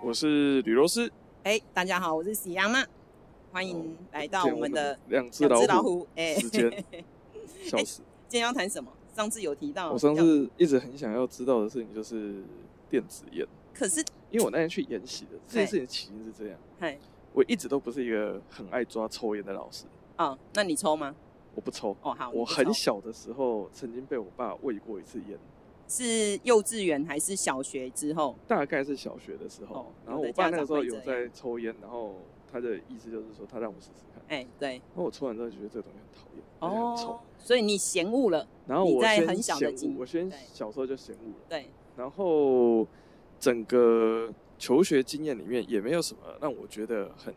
我是吕罗斯，哎，大家好，我是喜羊妈，欢迎来到我们的两只两只老老虎。哎，时 间，笑死！今天要谈什么？上次有提到，我上要，次一直很想要知道的事情就是电子烟，可是，因为我那天去研习的这件事情起因是这样，嗨，我一直都不是一个很爱抓抽烟的老师，哦，那你抽吗？我不抽。哦，好，我你不很抽小的时候曾经被我爸喂过一次烟，是幼稚园还是小学之后？大概是小学的时候，哦然后有的我爸那家个长时候会有这在样抽烟，然后他的意思就是说他让我试试看，哎，对，然后我抽完之后觉得这个东西很讨厌，而且很臭哦。，所以你嫌恶了，然后你我在先很小的嫌恶经我先对小时候就嫌恶了。对，然后整个求学经验里面也没有什么让我觉得很，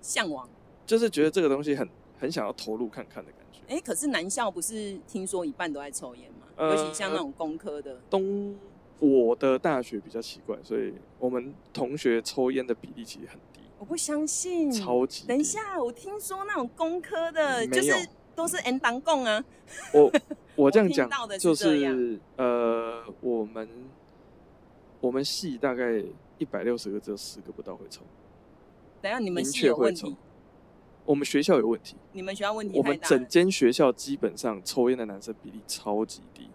向往。就是觉得这个东西很很想要投入看看的感觉。哎，可是男校不是听说一半都在抽烟吗？呃尤其像那种工科的，东我的大学比较奇怪，所以我们同学抽烟的比例其实很低，我不相信。超级。嗯等一，下，我听说那种工科的，没就有是都是 N 当供啊。我我这样听讲到的就是这样是呃，我们我们系大概一百六十个只有十个不到会抽，等一下你们明系确有会问抽题，。我们学校有问题，你们学校问题我太们大了整，间学校基本上抽烟的男生比例超级低。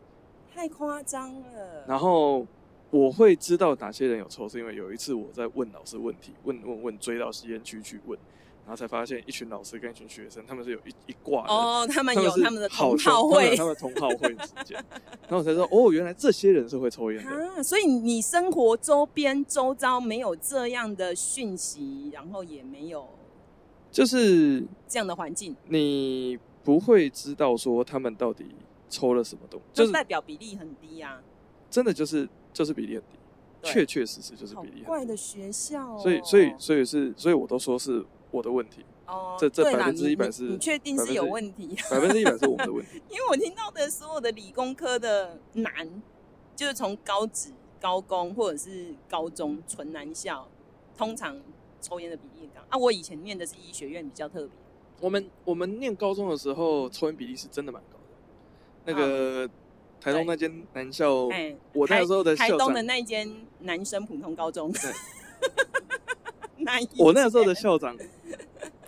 太夸张了。然后我会知道哪些人有抽，是因为有一次我在问老师问题，问问问，追到吸烟区去问，然后才发现一群老师跟一群学生，他们是有一一挂的。哦，他们他们有是他们的好同兄好他们有会他们同好会之间，然后我才知道哦，原来这些人是会抽烟的。啊，所以你生活周边周遭没有这样的讯息，然后也没有就是这样的环境，你不会知道说他们到底抽了什么东西，就就是代表比例很低啊。真的就是就是比例很低，对确确实实就是好比例怪很低的。学校哦。所以所以所以是所以我都说是我的问题，哦，这这对啦100%你100%你是你确定是有问题？啊百分之一百是我们的问题。因为我听到的所有的理工科的男，就是从高职、高工或者是高中纯男校，通常抽烟的比例很高啊。我以前念的是医学院，比较特别。 我们我们念高中的时候，抽烟比例是真的蛮高的。那个、台东那间男校，嗯哎我那台时候的台校东长的，那间男生普通高中 对，那一我 那时候的校长，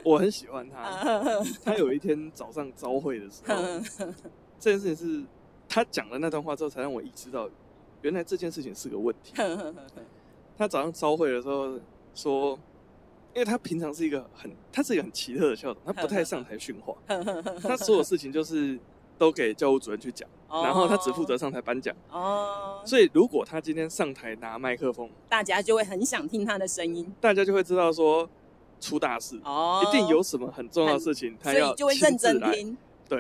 我很喜欢他。呃他有一天早上朝会的时嗯候，这件事情是他讲了那段话之后，才让我意识到，原来这件事情是个问题。嗯他早上朝会的时候说，因为他平常是一个很，他是一个很奇特的校长，他不太嗯上台训话， 他所有事情就是都给教务主任去讲。然后他只负责上台颁奖。哦，所以如果他今天上台拿麦克风，大家就会很想听他的声音大家就会知道说出大事，哦，一定有，什么很重要的事情他所要以就会认真亲自来，听。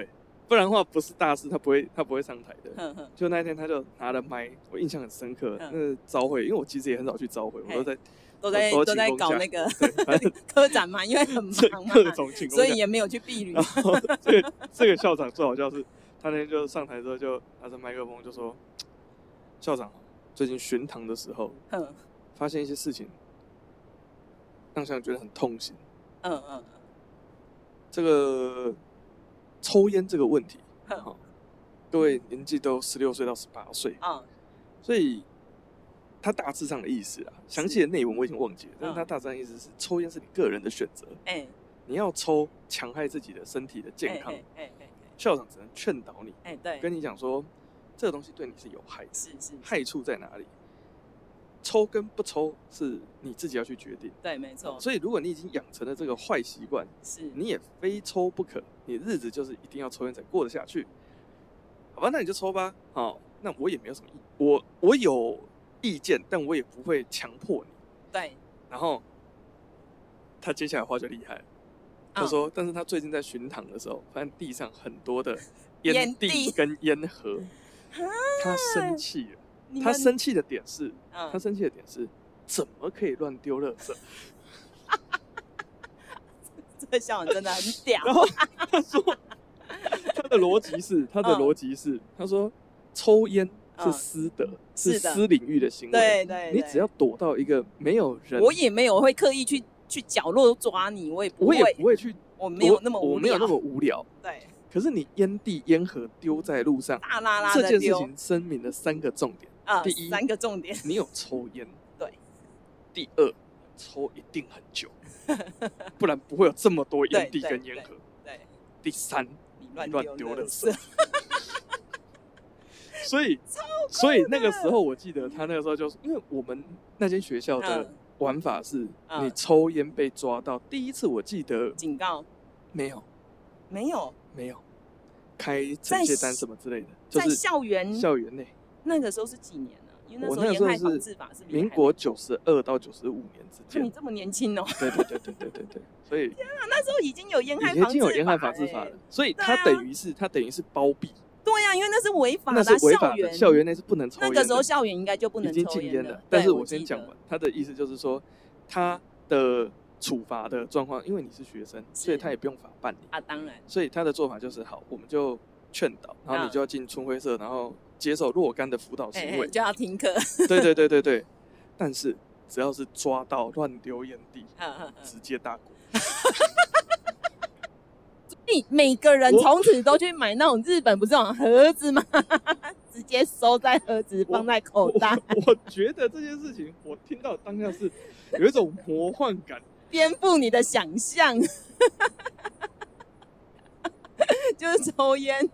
不然的话不是大事，他不会他不会上台的。呵呵就那一天，他就拿了麦，我印象很深刻。嗯那个招会，因为我其实也很少去招会，我都 在都在都都在请公搞假那个对 反正科展嘛，因为很忙嘛，各种情况所下啊以。也没有去避旅然。后 这个这个校长最好笑是，他那天就上台之后就拿着麦克风就说：“校长，最近巡堂的时候，嗯发现一些事情，让校长觉得很痛心。嗯嗯，这个抽烟这个问题，哼好，各位年纪都十六岁到十八岁，嗯所以他大致上的意思啊，详细的内文我已经忘记了，但是他大致上的意思是，抽烟是你个人的选择，哎你要抽，强害自己的身体的健哎康哎，哎哎校长只能劝导你，哎，对，跟你讲说，这个东西对你是有害的，是是，害处在哪里？抽跟不抽是你自己要去决定。对，没错，所以，如果你已经养成了这个坏习惯，是你也非抽不可，你日子就是一定要抽烟才过得下去。好吧，那你就抽吧。好，那我也没有什么意，我我有意见，但我也不会强迫你。对，然后他接下来话就厉害了，他嗯说，但是他最近在巡堂的时候，发现地上很多的烟烟蒂啊蒂跟烟盒，他生气了。你他们生气的点是，嗯他生气的点是，怎么可以乱丢垃圾？这个校长真的很屌，然后他说，他的逻辑是，他的嗯逻辑是，他说，抽烟是嗯私德，是是的私领域的行为。对对，你对只要躲到一个没有人，我也没有会刻意去去角落抓你，我也不我会也，不会去，我没有我那么我无没有聊那，么无聊。对，可是你烟蒂、烟盒丢在路上，大拉拉这的件事丢情声明了三个重点：啊第一，三个重点，你有抽烟， 对，第二，抽一定很 久，不然不会有这么多烟蒂对对跟烟盒。对，第三，你乱乱丢丢垃垃圾 圾，所以所以那个时候我记得他那个时候就是因为我们那间学校的嗯玩法是，嗯你抽烟被抓到，第一次我记得警告没有没有没有开惩戒单什么之类的，就在是校园校园内，那个时候是几年呢、因为我时那候个时候沿海是防治法是不是民还国没，九十二到九十五年之看你间。这么年轻哦、对对对对对对对，所以 那时候已经有沿海已防经治有烟害防法治欸法了，所以对它啊等于是它等于是包庇，对呀、因为那是违法那的啊、是违法校的，园校园内是不能抽那烟的。个时候校园应该就不已能经抽禁烟了了。。但对是我先记讲得完，他的意思就是说，他的处罚的状况，因为你是学生，所以是他也不用法办你，啊，当然所以他的做法就是好，我们就劝导，然后你嗯就要进春晖社，然后接受若干的辅导嘿行嘿为。哎就要停课。 对对对对对， 但是只要是抓到乱丢烟蒂，嗯嗯嗯直接大鼓。你每个人我从此都去买那种日本不是那种盒子吗？ 直接收在盒子，我放 在口我袋，我觉得这件事情，我听到当下是有一种魔幻 感。颠覆你的想象。 就是抽烟，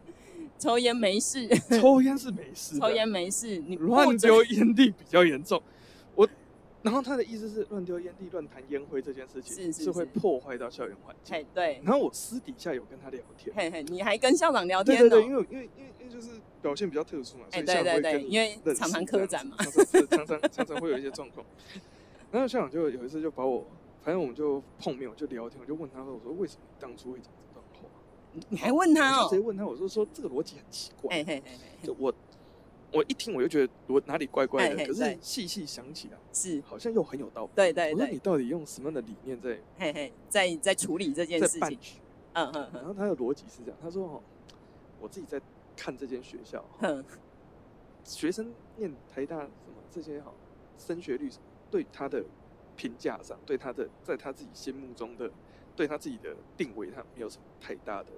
抽烟没事，抽烟是没事的，抽烟没事，你乱不准丢烟蒂比较严重。我，然后他的意思是乱丢烟蒂、乱弹烟灰这件事情是是会是破坏到校园环境。嘿，哎对，然后我私底下有跟他聊天，嘿嘿，你还跟校长聊对天对哦对，因为因为因为因为就是表现比较特殊嘛，所哎，以校长会对对跟对，你因为认识常常这科样展嘛，子，常常常常常常会有一些状况。然后校长就有一次就把我，反正我们就碰面，我就聊天，我就问他说，我说为什么你当初会讲这段话？你还问他我就哦哎直，接问他，我说说这个逻辑很奇怪，嘿嘿嘿嘿，就我我一听我就觉得我哪里怪怪哎的，嘿可是对细细想起来。是，好像又很有道理。对对我说你对，到底用什么样的理念在嘿嘿，在在处理这件在事办情，局？嗯嗯然嗯后他的逻辑是这样，他说：“哦，我自己在看这间学校，嗯，学生念台大什么这些好，升学率什么对他的评价上，对他的在他自己心目中的对他自己的定位，他没有什么太大的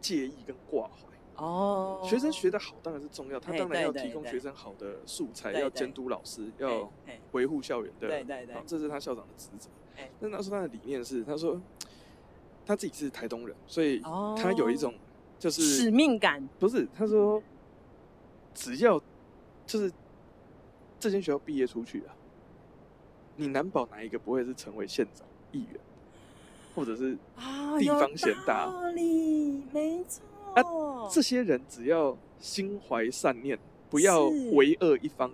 介意跟挂怀。”哦，学生学得好当然是重要，他哎当然对要对提供对学生好的素材，对要对监督老师，嘿要嘿维护校园的，对对对好这是他校长的职责哎。但他说他的理念是，他说他自己是台东人，所以哦他有一种就是使命感，不是他说只要就是这间学校毕业出去啊，你难保哪一个不会是成为县长、议员，或者是啊，地有方贤达道理，没错。啊这些人只要心怀善念，不要是为恶一方，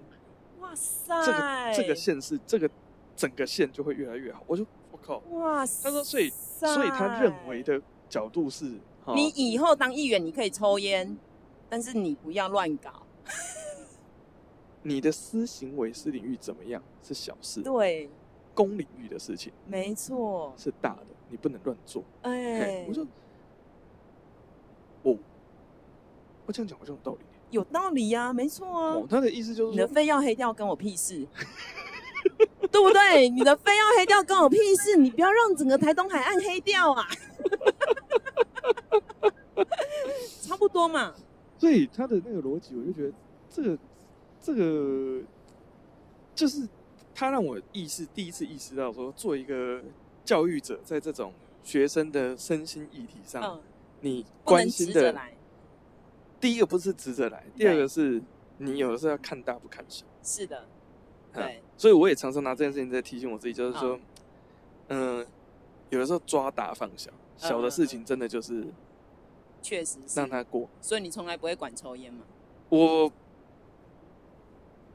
哇塞，这个这个县市，这个整个县就会越来越好。我就我靠，哇塞，他说所以所以他认为的角度是，哦你以后当议员你可以抽烟，但是你不要乱搞。你的私行为、私领域怎么样是小事，对，公领域的事情没错，是大的，你不能乱做。嘿哎我，说，哦，我这样讲好像有道理。哎有道理呀、没错啊哦，。他的意思就是你的说，肺要黑掉跟我屁事， 对不对？你的肺要黑掉跟我屁事，你不要让整个台东海岸黑掉啊， 差不多嘛。所以他的那个逻辑，我就觉得这个这个就是他让我意识第一次意识到说，做一个教育者，在这种学生的身心议题上，嗯，你不能关直心着的来，第一个不是直着来，第二个是你有的时候要看大不看小。是的，嗯对，所以我也常常拿这件事情在提醒我自己，就是说，嗯、有的时候抓大放小，小嗯的事情真的就是确实是让。它过。所以你从来不会管抽烟嘛？我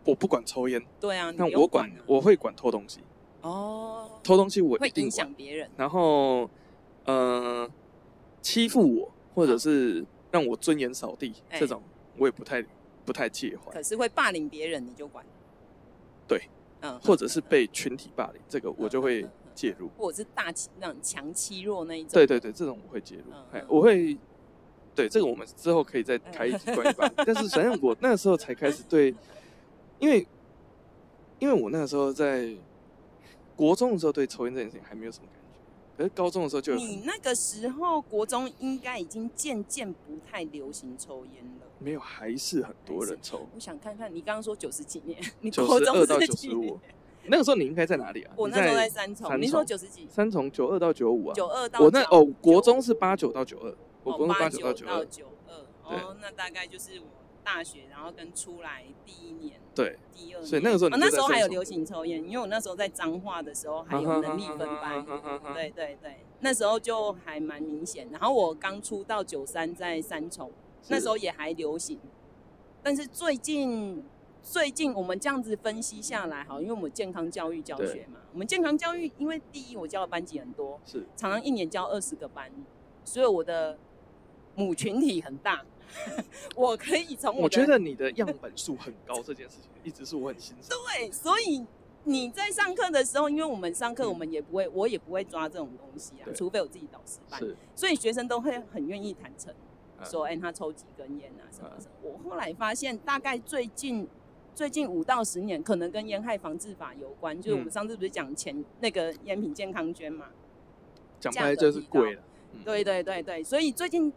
我不管抽烟，对啊，你但不用我管管啊我会管偷东西，哦，偷东西我会一定影管。响别人，然后，呃，欺负我或者是让我尊严扫地、嗯哎这种，我也不太不太介怀可。是会霸凌别人你就管，对，嗯，或者是被群体霸凌，这个我就会介入。或者是大欺那种强欺弱那一种，对对对，这种我会介入嗯，哎嗯，我会，对这个我们之后可以再开一集关于吧。但是反正我那时候才开始对，因为因为我那时候在国中的时候对抽烟这件事情还没有什么感觉，可是高中的时候就有你那个时候国中应该已经渐渐不太流行抽烟了。没有还是很多人抽，我想看看你刚刚说九十几年，你九国十中二到是九几十五年？，那个时候你应该在哪里啊？我你那时候在在三重，三你说重九十几，三重九二到九五啊。九二到我那九哦，国九中是八九到九二，我哦国中八九到九二。九二，对哦，那大概就是我大学，然后跟出来第一年、对，第二年，所以那个时候你哦就那在时候三还有重啊流行抽烟，因为我那时候在彰化的时候还有 能力分班，对对对，那时候就还蛮明显。然后我刚出道九三在三重，那时候也还流行，但是最近最近我们这样子分析下来，哈，因为我们健康教育教对学嘛，我们健康教育，因为第一我教的班级很多，是常常一年教二十个班，所以我的母群体很大， 我可以从我我觉的得你的样本数很 高，这件事情一直是我很欣赏。对，哎所以你在上课的时候，因为我们上课我们也不会，我也不会抓这种东西啊嗯对，除非我自己导师办，是，所以学生都会很愿意坦诚啊说，哎、他抽几根烟啊，什么啊什么。我后来发现，大概最近。最近五到十年，可能跟烟害防治法有关。就是我们嗯上次不是讲前那个烟品健康捐嘛？讲价白格就是提贵高了。嗯对，对对对，所以最近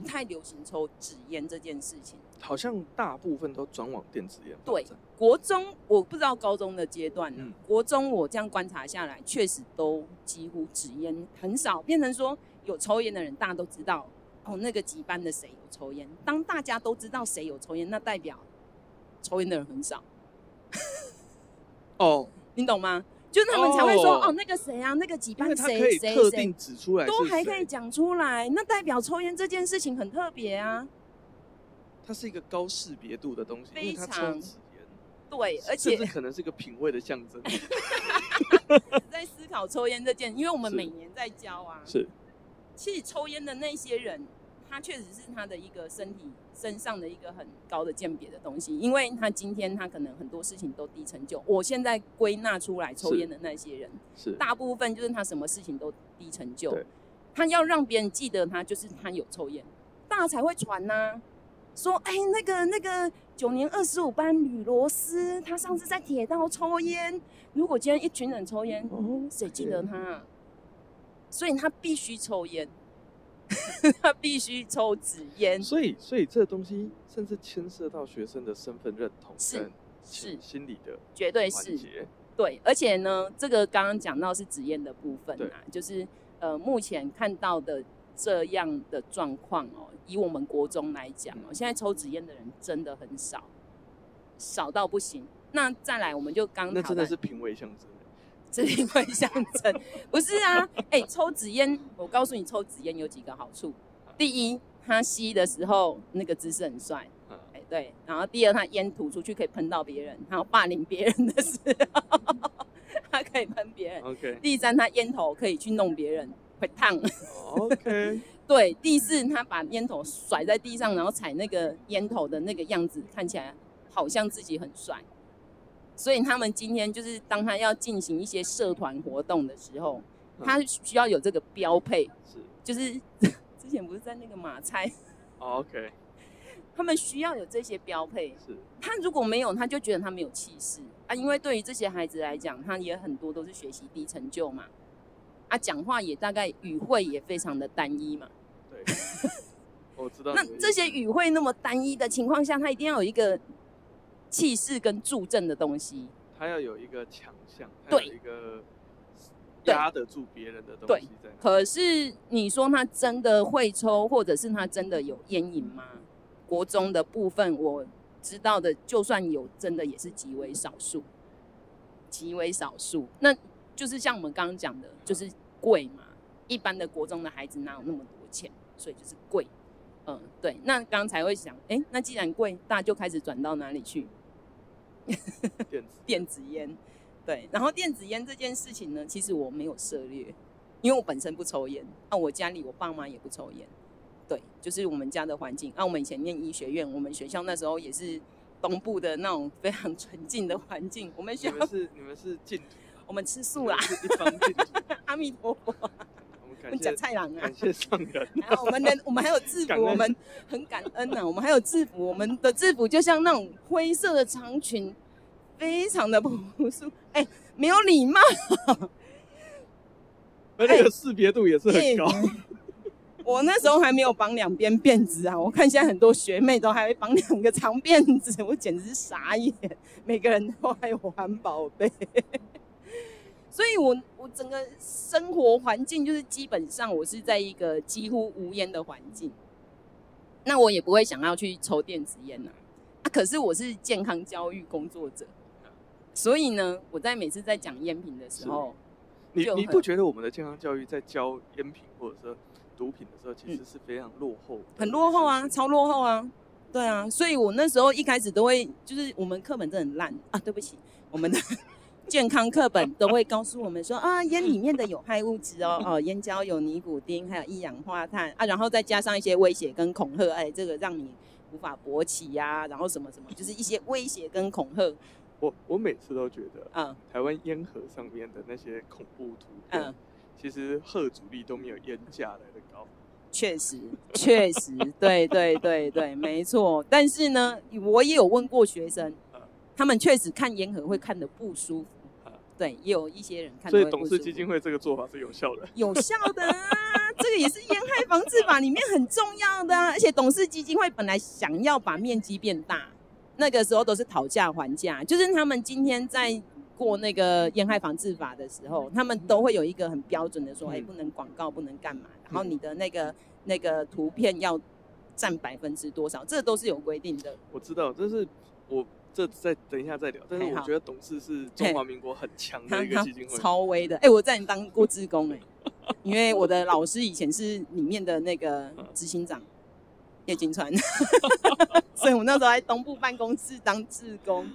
不太流行抽纸烟这件事情。好像大部分都转往电子烟。对，国中我不知道高中的阶段、啊嗯国中我这样观察下来，确实都几乎纸烟很少，变成说有抽烟的人大家都知道，哦，那个几班的谁有抽烟。当大家都知道谁有抽烟，那代表抽烟的人很少，哦，你懂吗？就是他们才会说，哦哦，那个谁啊，那个几因为班它可谁以谁特谁定指出来是都还可以谁，讲出来，那代表抽烟这件事情很特别啊。它是一个高识别度的东西，因为非它抽常纸烟，对，甚而且至可能是一个品味的象 征。在思考抽烟这件，因为我们是每年在教啊。是，其实抽烟的那些人，他确实是他的一个身体身上的一个很高的鉴别的东西，因为他今天他可能很多事情都低成就。我现在归纳出来抽是烟的那些人，是，大部分就是他什么事情都低成就对，他要让别人记得他，就是他有抽烟，大家才会传呐、说哎、那个那个九年二十五班吕罗斯，他上次在铁道抽烟，如果今天一群人抽烟，哦谁记得他、啊？所以他必须抽烟， 他必须抽纸烟，所以，所以这东西甚至牵涉到学生的身份认同是跟是心理的绝对环是。节。对，而且呢，这个刚刚讲到是纸烟的部分对啊，就是呃，目前看到的这样的状况哦，以我们国中来讲哦，嗯现在抽纸烟的人真的很少，少到不行。那再来，我们就刚那讨真的论是品味象征。嗯这 一块象征，不是啊？哎、抽纸烟，我告诉你，抽纸烟有几个好处。第一，他吸的时候那个姿势很帅，嗯哎、对。然后第二，他烟吐出去可以喷到别人，然后霸凌别人的时候，他可以喷别人。 OK 第三，他烟头可以去弄别人，会烫。 OK，对，第四，他把烟头甩在地上，然后踩那个烟头的那个样子，看起来好像自己很帅。所以他们今天就是当他要进行一些社团活动的时候，他需要有这个标配，是就是 之前不是在那个马猜，哦 OK 他们需要有这些标配。是他如果没有，他就觉得他没有气势啊。因为对于这些孩子来讲，他也很多都是学习低成就嘛，啊，讲话也大概语汇也非常的单一嘛。 对，我知道你的那意思。这些语汇那么单一的情况下，他一定要有一个气势跟助阵的东西。他要有一个强项，它对有一个对压得住别人的东对西在那。可是你说他真的会抽，或者是他真的有烟瘾吗？国中的部分我知道的，就算有，真的也是极为少数，极为少数。那就是像我们刚刚讲的，就是贵嘛。一般的国中的孩子哪有那么多钱，所以就是贵。嗯，对。那刚才会想，诶，那既然贵，大家就开始转到哪里去？电子电子烟。对，然后电子烟这件事情呢，其实我没有涉猎，因为我本身不抽烟，啊，我家里我爸妈也不抽烟，对，就是我们家的环境。啊，我们以前念医学院，我们学校那时候也是东部的那种非常纯净的环境，我们学你校们是你们是净土，我们吃素你啦们，是一方净土。阿弥陀佛，我们我感们讲谢菜郎啊感。谢上人。然后我们的我们还有制感服，恩我们很感恩呐、我们还有制服，我们的制服就像那种灰色的长裙，非常的朴素，哎、没有礼貌。而那个识别度也是很哎高， 我那时候还没有绑两边辫子啊，我看现在很多学妹都还会绑两个长辫子， 我简直是傻眼。每个人都还有环保杯， 所以我我整个生活环境就是基本上我是在一个几乎无烟的环境，那我也不会想要去抽电子烟呐、啊。可是我是健康教育工作者，所以呢，我在每次在讲烟品的时候，你就你很不觉得我们的健康教育在教烟品或者说毒品的时候，其实是非常落后的、嗯很落后是啊，不是超落后啊，对啊，所以我那时候一开始都会，就是我们课本真的很烂啊，对不起，我们的 健康课本都会告诉我们说啊，烟里面的有害物质哦，哦，烟焦有尼古丁，还有一氧化碳啊，然后再加上一些威胁跟恐吓，哎，这个让你无法勃起呀、然后什么什么，就是一些威胁跟恐吓，我我每次都觉得嗯台湾烟盒上面的那些恐怖图片，嗯，其实贺主力都没有烟价来的高。确实，确实，对对对对，没错。但是呢，我也有问过学生嗯，他们确实看烟盒会看得不舒服嗯。对，也有一些人看得所会以不舒董服。事基金会这个做法是有效的。有效的啊，这个也是烟害防治法里面很重要的啊。而且董事基金会本来想要把面积变大，那个时候都是讨价还价，就是他们今天在过那个烟害防治法的时候，他们都会有一个很标准的说，嗯哎、不能广告，不能干嘛，然后你的那个那个图片要占百分之多少，这都是有规定的。我知道，但是我这再等一下再聊。但是嘿我好觉得董事 是中华民国很强的一个基金会。超威的。哎、我在你当过志工哎、因为我的老师以前是里面的那个嗯执行长叶金川， 所以我那时候在东部办公室当志工。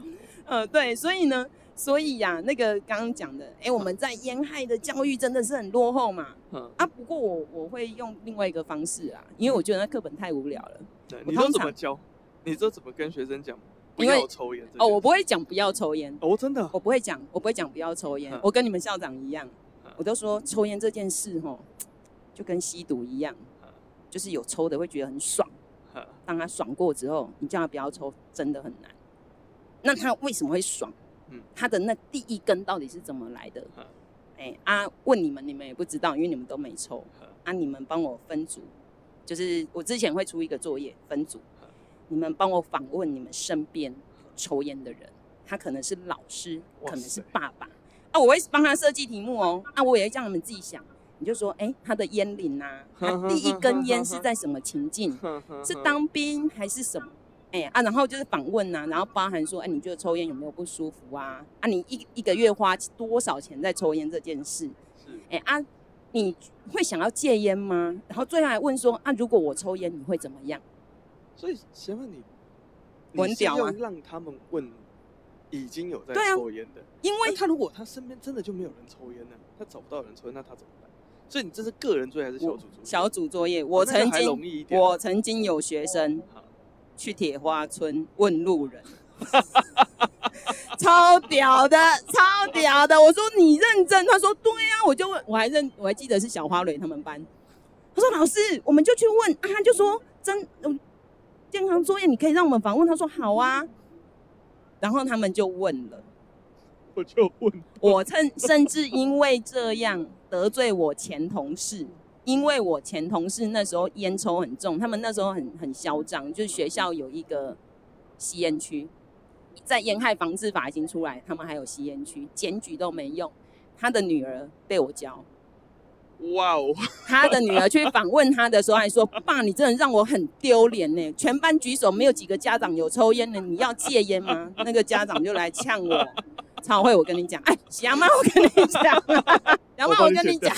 呃，对，所以呢，所以呀、那个刚刚讲的，哎、我们在烟害的教育真的是很落后嘛。嗯，啊，不过我我会用另外一个方式啊，因为我觉得那课本太无聊了。对，我你都通怎么常教？你都怎么跟学生讲不因为要抽烟这件事？哦，我不会讲不要抽烟，哦，真的啊我不会讲，我不会讲不要抽烟嗯。我跟你们校长一样嗯，我都说抽烟这件事吼，就跟吸毒一样嗯，就是有抽的会觉得很爽，哈当他爽过之后，你叫他不要抽，真的很难。那他为什么会爽？嗯他的那第一根到底是怎么来的嗯？哎、啊，问你们，你们也不知道，因为你们都没抽。哈啊，你们帮我分组，就是我之前会出一个作业分组嗯，你们帮我访问你们身边抽烟的人，他可能是老师，哇可能是塞，爸爸，啊，我会帮他设计题目哦，啊，我也会叫你们自己想，你就说，哎、他的烟龄啊，他第一根烟是在什么情境哈哈是哈当兵还是什么？哎、啊，然后就是访问啊，然后包含说，哎、你觉得抽烟有没有不舒服啊？啊，你一一个月花多少钱在抽烟这件事？是哎、啊，你会想要戒烟吗？然后最后还问说啊，如果我抽烟，你会怎么样？所以请问你，我很你是屌要吗让他们问已经有在啊对啊抽烟的，因为那他如果他身边真的就没有人抽烟呢，他找不到人抽烟，那他怎么办？所以你这是个人罪还是小组罪？小组作业，我啊那个曾还经、容易一点啊哦我曾经有学生好去铁花村问路人。 超屌的，超屌的！我说你认真，他说对呀、我就问，我还认，我还记得是小花蕊他们班，他说老师，我们就去问，啊、他就说真，嗯，健康作业你可以让我们访问，他说好啊，然后他们就问了。我就问， 我甚甚至因为这样得罪我前同事，因为我前同事那时候烟抽很重，他们那时候很很嚣张，就是学校有一个吸烟区，在烟害防治法已经出来，他们还有吸烟区，检举都没用。他的女儿被我教，哇哦，他的女儿去访问他的时候还说：“爸，你真的让我很丢脸呢！全班举手，没有几个家长有抽烟的，你要戒烟吗？” 那个家长就来呛我，超会我跟你讲，哎，小妈，我跟你讲，小妈，我跟你讲，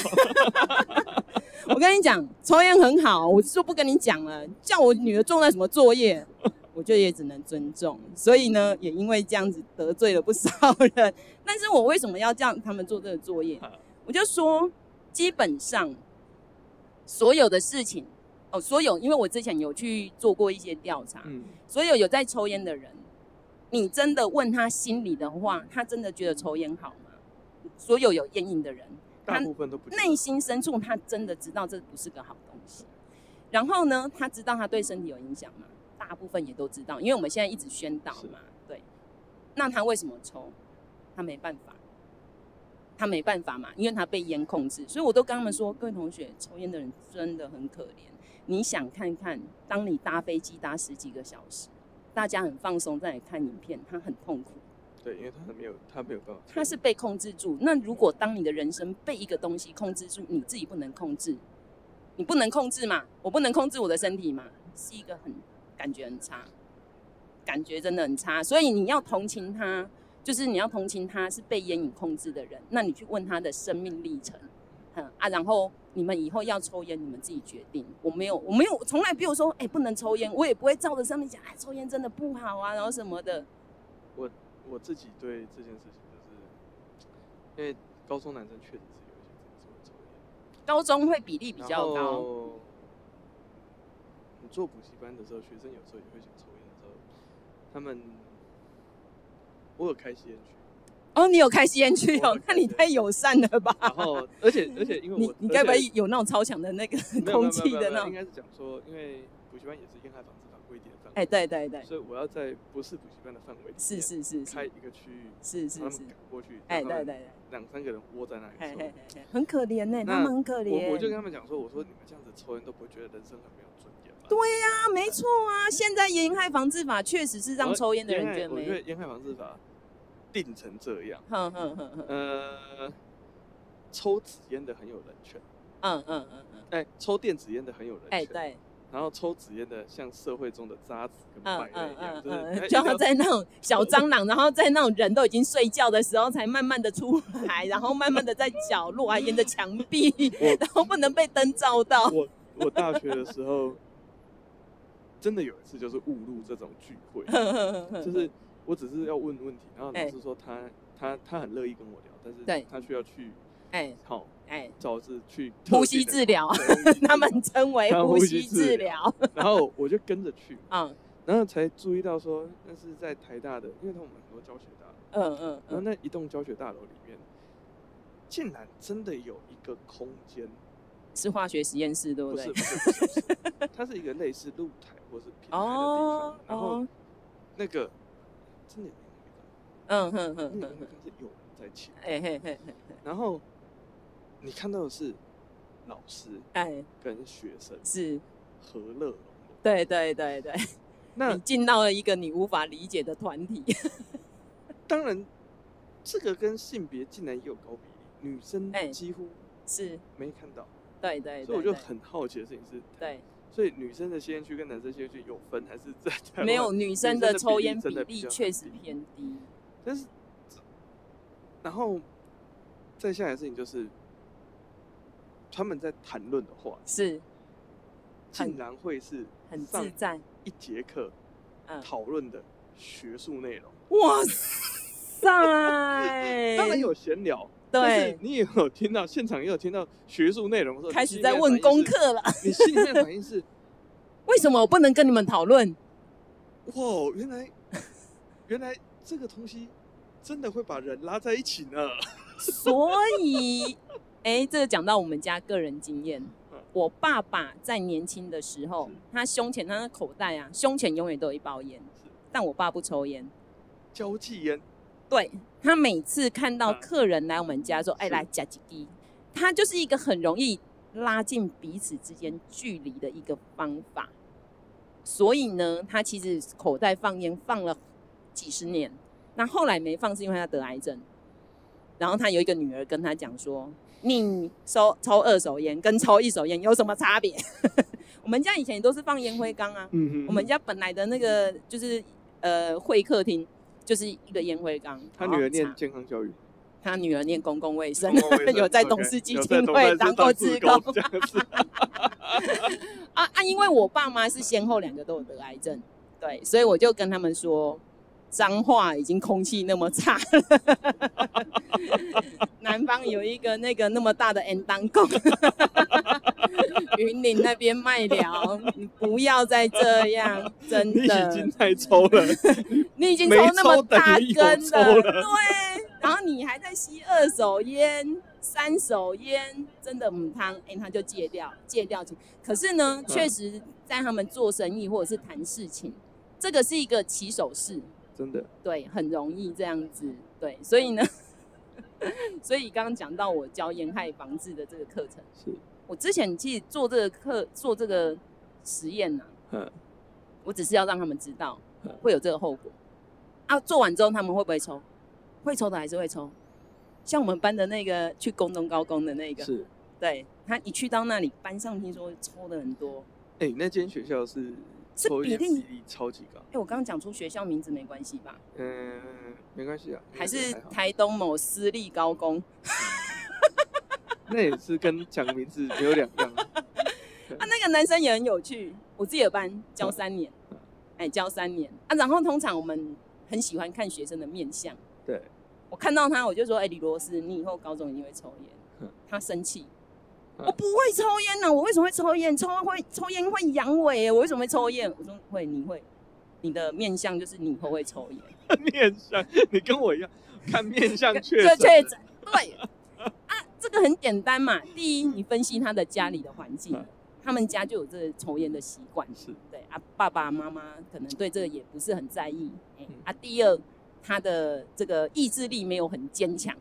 我跟你讲，抽烟很好，我就不跟你讲了，叫我女儿做那什么作业。我就也只能尊重，所以呢，也因为这样子得罪了不少人。但是我为什么要叫他们做这个作业？我就说，基本上所有的事情，哦，所有，因为我之前有去做过一些调查，嗯，所有有在抽烟的人，你真的问他心里的话，他真的觉得抽烟好吗？所有有烟瘾的人，大他部分都不内心深处他真的知道这不是个好东西。然后呢，他知道他对身体有影响嘛，大部分也都知道，因为我们现在一直宣导嘛，对。那他为什么抽？他没办法，他他没办法嘛，因为他被烟控制，所以我都跟他们说，各位同学，抽烟的人真的很可怜。你想看看，当你搭飞机搭十几个小时，大家很放松在看影片，他很痛苦，对，因为他没有他没有办法，他是被控制住。那如果当你的人生被一个东西控制住，你自己不能控制，你不能控制嘛，我不能控制我的身体嘛，是一个很感觉很差，感觉真的很差。所以你要同情他，就是你要同情他是被烟瘾控制的人，那你去问他的生命历程，嗯啊，然后你们以后要抽烟，你们自己决定。我没有，我没有，从来不有说，哎、不能抽烟，我也不会照着上面讲，哎，抽烟真的不好啊，然后什么的。我自己对这件事情就是，因为高中男生确实是有一些真的是会抽烟。高中会比例比较高，。你做补习班的时候，学生有时候也会想抽烟的时候，他们我有开吸烟 区，哦，你有开吸烟区我哦有，那你太友善了吧？然后而且而且因为你我你该不而会且有那种超强的那个 没有没有空气没有的没有那应种？该是讲说，因为补习班也是烟害防治法规定的范围，哎，对对对，所以我要在不是补习班的范围里面是是是开是一个区域，是让是他是们，赶过去，哎，让他们对对对，两三个人窝在那里嘿抽嘿嘿嘿很可怜呢，那他们很可怜。我我就跟他们讲说，我说你们这样子抽烟都不会觉得人生很没有尊严吧？对呀、没错啊，现在烟害防治法确实是让抽烟的人我觉得我没觉得烟害防治法定成这样，哼哼哼哼，呃，抽纸烟的很有人权，嗯嗯嗯嗯，哎、抽电子烟的很有人权，哎、对，然后抽纸烟的像社会中的渣子跟嗯败类嗯一样，嗯嗯，就是就哎要在那种小蟑螂，然后在那种人都已经睡觉的时候，才慢慢的出来，然后慢慢的在角落啊，沿着墙壁，我然后不能被灯照到。我我大学的时候，真的有一次就是误入这种聚会，就就是我只是要问问题，然后老嗯哎师说他、他他很乐意跟我聊，但对是他需要去哎好哎，找是去特呼吸定的治疗，对 他们称为他们呼呼吸吸治治疗。然后我就跟着 去，嗯然后才注意到说那是在台大的，因为他们很多教学大楼，嗯嗯然后嗯，那一栋教学大楼里面，竟然真的有一个空间，是化学实验室对不不是对不？是不是不是，它是一个类似露台或是平台的地哦方，然后哦，那个真的有那嗯哼个地方，哼那哼个。地方是有人在骑，哎嘿嘿嘿，然后你看到的是老师哎，跟学生是，和乐融融，对对对对，那你进到了一个你无法理解的团体，当然这个跟性别竟然也有高比例，女生哎几乎是，没看到。对对对，所以我就对很好奇的事情是，，对，所以女生的吸烟区跟男生吸烟区有分还是在台 湾没有？女生的抽烟比真的例比较确实低偏低，但是，然后再下来的事情就是，他们在谈论的话，是很竟然会是很上自在，一节课嗯，讨论的学术内容，哇塞， 当然有闲聊，但是对，你也有听到现场也有听到学术内容的时候，开你始心里在面问反应功是，课了，你心里面的反应是。 为什么我不能跟你们讨论？哇，原来原来这个东西真的会把人拉在一起呢。 所以，哎、这个讲到我们家个人经验嗯。我爸爸在年轻的时候是，他胸前他的口袋啊，胸前永远都有一包烟是。但我爸不抽烟，交际烟，对他每次看到嗯客人来我们家说：“哎、是来夹几滴。”他就是一个很容易拉近彼此之间距离的一个方法。所以呢，他其实口袋放烟放了几十年，那后来没放是因为他得癌症。然后他有一个女儿跟他讲说：“你抽抽二手烟跟抽一手烟有什么差别？” 我们家以前也都是放烟灰缸啊，嗯哼我们家本来的那个就是呃会客厅，就是一个烟灰缸。他然后女儿念茶健康教育，他女儿念公共卫生公，共卫生有在 OK，董事基有在金董会事当过志工工，这样子啊啊！因为我爸妈是先后两个都有得癌症，对，所以我就跟他们说，彰化已经空气那么差了， 南方有一个那个那么大的 N 当贡， 云林那边卖聊，你不要再这样， 真你的已经在抽 了，你已经抽没那么抽等大于有根抽了，了对，然后你还在吸二手烟、三手烟，真的母汤，哎、他就戒掉，戒掉。可是呢，嗯确实在他们做生意或者是谈事情，这个是一个起手式，真的。对，很容易这样子，对，所以呢， 所以刚刚讲到我教烟害防治的这个课程，是，我之前其实做这个课做这个实验呢、嗯，我只是要让他们知道嗯会有这个后果。啊，做完之后他们会不会抽？会抽的还是会抽。像我们班的那个去工农高工的那个，是。对他一去到那里，班上听说抽的很多。哎、那间学校是是抽烟比例比例超级高。哎、我刚刚讲出学校名字没关系吧？嗯，没关系啊，还是那个好台东某私立高工？那也是跟讲名字没有两样。 啊，那个男生也很有趣，我自己的班教三年嗯，哎、教三年啊。然后通常我们很喜欢看学生的面相，对，我看到他我就说：“哎、李罗斯，你以后高中一定会抽烟嗯。”他生气，嗯我不会抽烟啊呐、我为什么会抽烟？抽会抽烟会阳痿耶，我为什么会抽烟？我说会，你会，你的面相就是你以后会抽烟，面相，你跟我一样，看面 相确这诊。确诊对啊，这个很简单嘛。第一，你分析他的家里的环境嗯，他们家就有这个抽烟的习惯，是对啊，爸爸妈妈可能对这个也不是很在意。哎嗯啊，第二，他的这个意志力没有很坚强，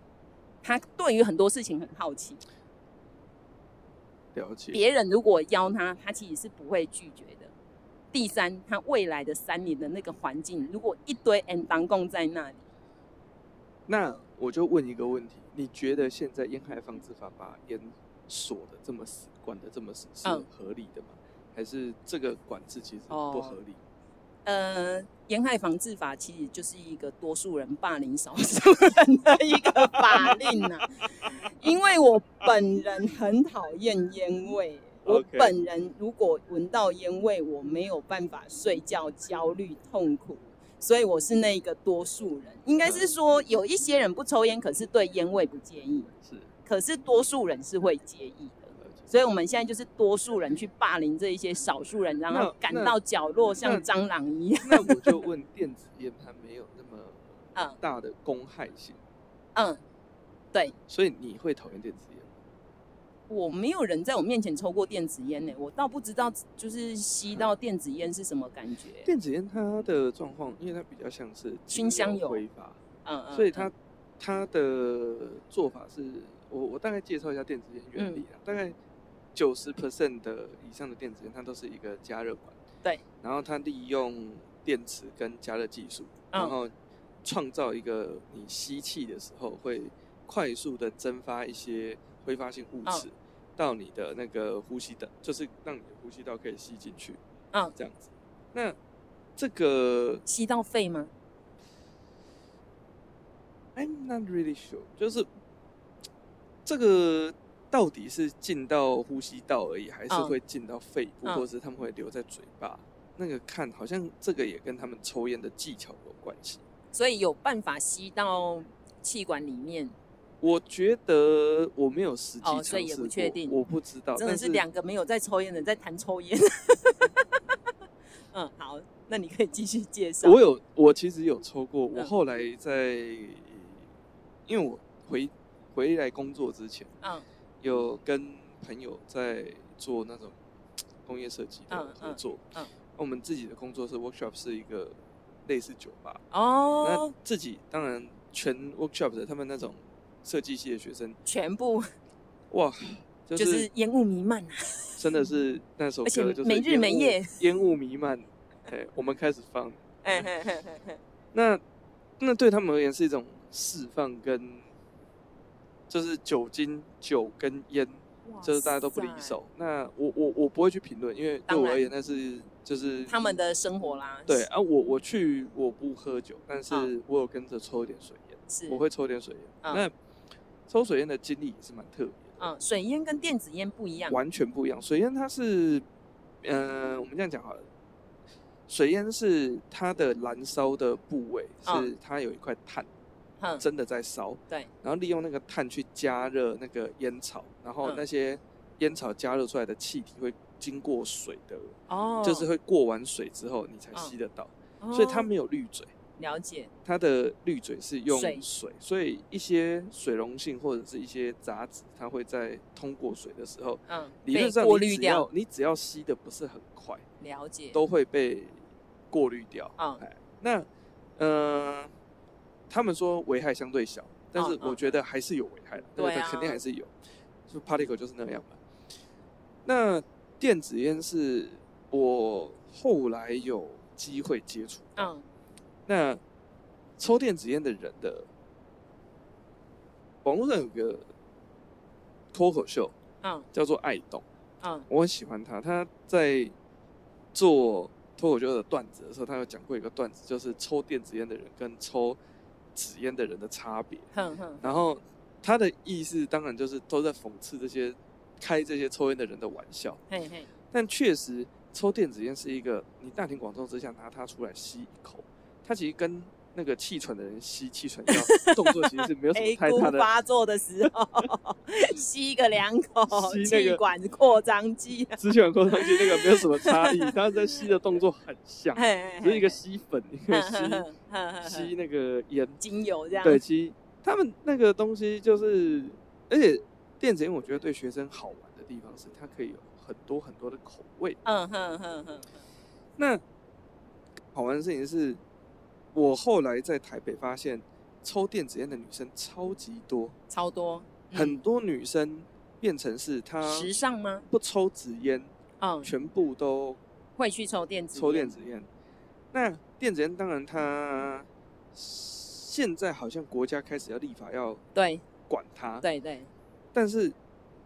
他对于很多事情很好奇。了解，别人如果邀他，他其实是不会拒绝的。第三，他未来的三年的那个环境，如果一堆 N 当共在那里，那我就问一个问题：你觉得现在烟害防治法把烟锁的这么死，管的这么死，是嗯哦合理的吗？还是这个管制其实不合理？呃，沿海防治法其实就是一个多数人霸凌少数人的一个法令呐、因为我本人很讨厌烟味，我 OK 本人如果闻到烟味，我没有办法睡觉，焦虑痛苦。所以我是那一个多数人，应该嗯是说有一些人不抽烟，可是对烟味不介意，是，可是多数人是会介意的。了解。所以我们现在就是多数人去霸凌这一些少数人，然后那赶到角落，像那蟑螂一样。那我就问，电子烟它没有那么嗯大的公害性，嗯，对所以你会讨厌电子烟吗？我没有人在我面前抽过电子烟呢、我倒不知道就是吸到电子烟是什么感觉、电子烟它的状况，因为它比较像是熏香油挥发，嗯嗯，所以嗯它它的做法是，我我大概介绍一下电子烟原理嗯啊，大概九十 percent 的以上的电子烟，它都是一个加热管，对，然后它利用电池跟加热技术，嗯然后创造一个你吸气的时候会快速的蒸发一些挥发性嗯物质。到你的那个呼吸道，就是让你的呼吸道可以吸进去，嗯这样子。那这个吸到肺吗？ I'm not really sure，就是这个到底是进到呼吸道而已，还是嗯会进到肺部，嗯或者是他们会留在嘴巴？那个看好像这个也跟他们抽烟的技巧有关系。所以有办法吸到气管里面，我觉得我没有实际哦尝所以也试不确过定我不知道。真的但是两个没有在抽烟的在谈抽烟。 嗯，好，那你可以继续介绍。我有，我其实有抽过。我嗯后来在，因为我回回来工作之前，嗯有跟朋友在做那种工业设计的嗯合作。嗯嗯我们自己的工作室 workshop 是一个类似酒吧，哦那，自己当然全 workshop 的他们那种设计系的学生，全部 哇，就就是是烟雾弥漫 啊。真的是那首而且歌就是每日烟雾每夜烟雾弥漫，哎，我们开始放。嘿嘿嘿嘿嘿那那对他们而言是一种释放跟，就是酒精、酒跟烟，就是大家都不离哇塞手。那我我我不会去评论，因为对当我然而言那是就是他们的生活啦。对啊，我我去我不喝酒，但是我有跟着抽一点水烟，嗯是，我会抽点水烟。嗯那抽水烟的经历也是蛮特别的，嗯，水烟跟电子烟不一样。完全不一样。水烟它是，嗯、我们这样讲好了。水烟是它的燃烧的部位是嗯它有一块碳，哼，真的在烧，嗯对，然后利用那个碳去加热那个烟草，然后嗯那些烟草加热出来的气体会经过水的，哦，就是会过完水之后你才嗯吸得到，哦，所以它没有滤嘴，了解，它的滤嘴是用水水，所以一些水溶性或者是一些杂质，它会在通过水的时候，嗯，理论被上过你滤只要掉，你只要吸的不是很快，了解，都会被过滤掉。嗯哎那呃，他们说危害相对小，但是嗯嗯我觉得还是有危害的，那个对啊肯定还是有，就 particle 就是那样嘛。那电子烟是我后来有机会接触，嗯，那抽电子烟的人的网络上有个脱口秀嗯，叫做爱懂，嗯，我很喜欢他，他在做脱口秀的段子的时候，他有讲过一个段子，就是抽电子烟的人跟抽纸烟的人的差别。哼哼，然后他的意思当然就是都在讽刺这些开这些抽烟的人的玩笑，嘿嘿，但确实抽电子烟是一个你大庭广众之下拿它出来吸一口，它其实跟那个气喘的人吸气喘 药动作其实是没有什么黑太姑大的。发作的时候吸个两口吸那个气管扩张剂，之前有过上去那个没有什么差异，它在吸的动作很像，嘿嘿只是一个嘿吸粉，一个哼吸哼哼哼哼吸那个 烟，精油这样，对，吸他们那个东西就是，而且电子烟我觉得对学生好玩的地方是它可以有很多很多的口味。嗯哼哼哼，那好玩的事情是，我后来在台北发现，抽电子烟的女生超级多，超多，嗯很多女生变成是她时尚吗？不抽纸烟，嗯，全部都会去抽电子，抽电子，烟。那电子烟当然它现在好像国家开始要立法要对管它，对对，但是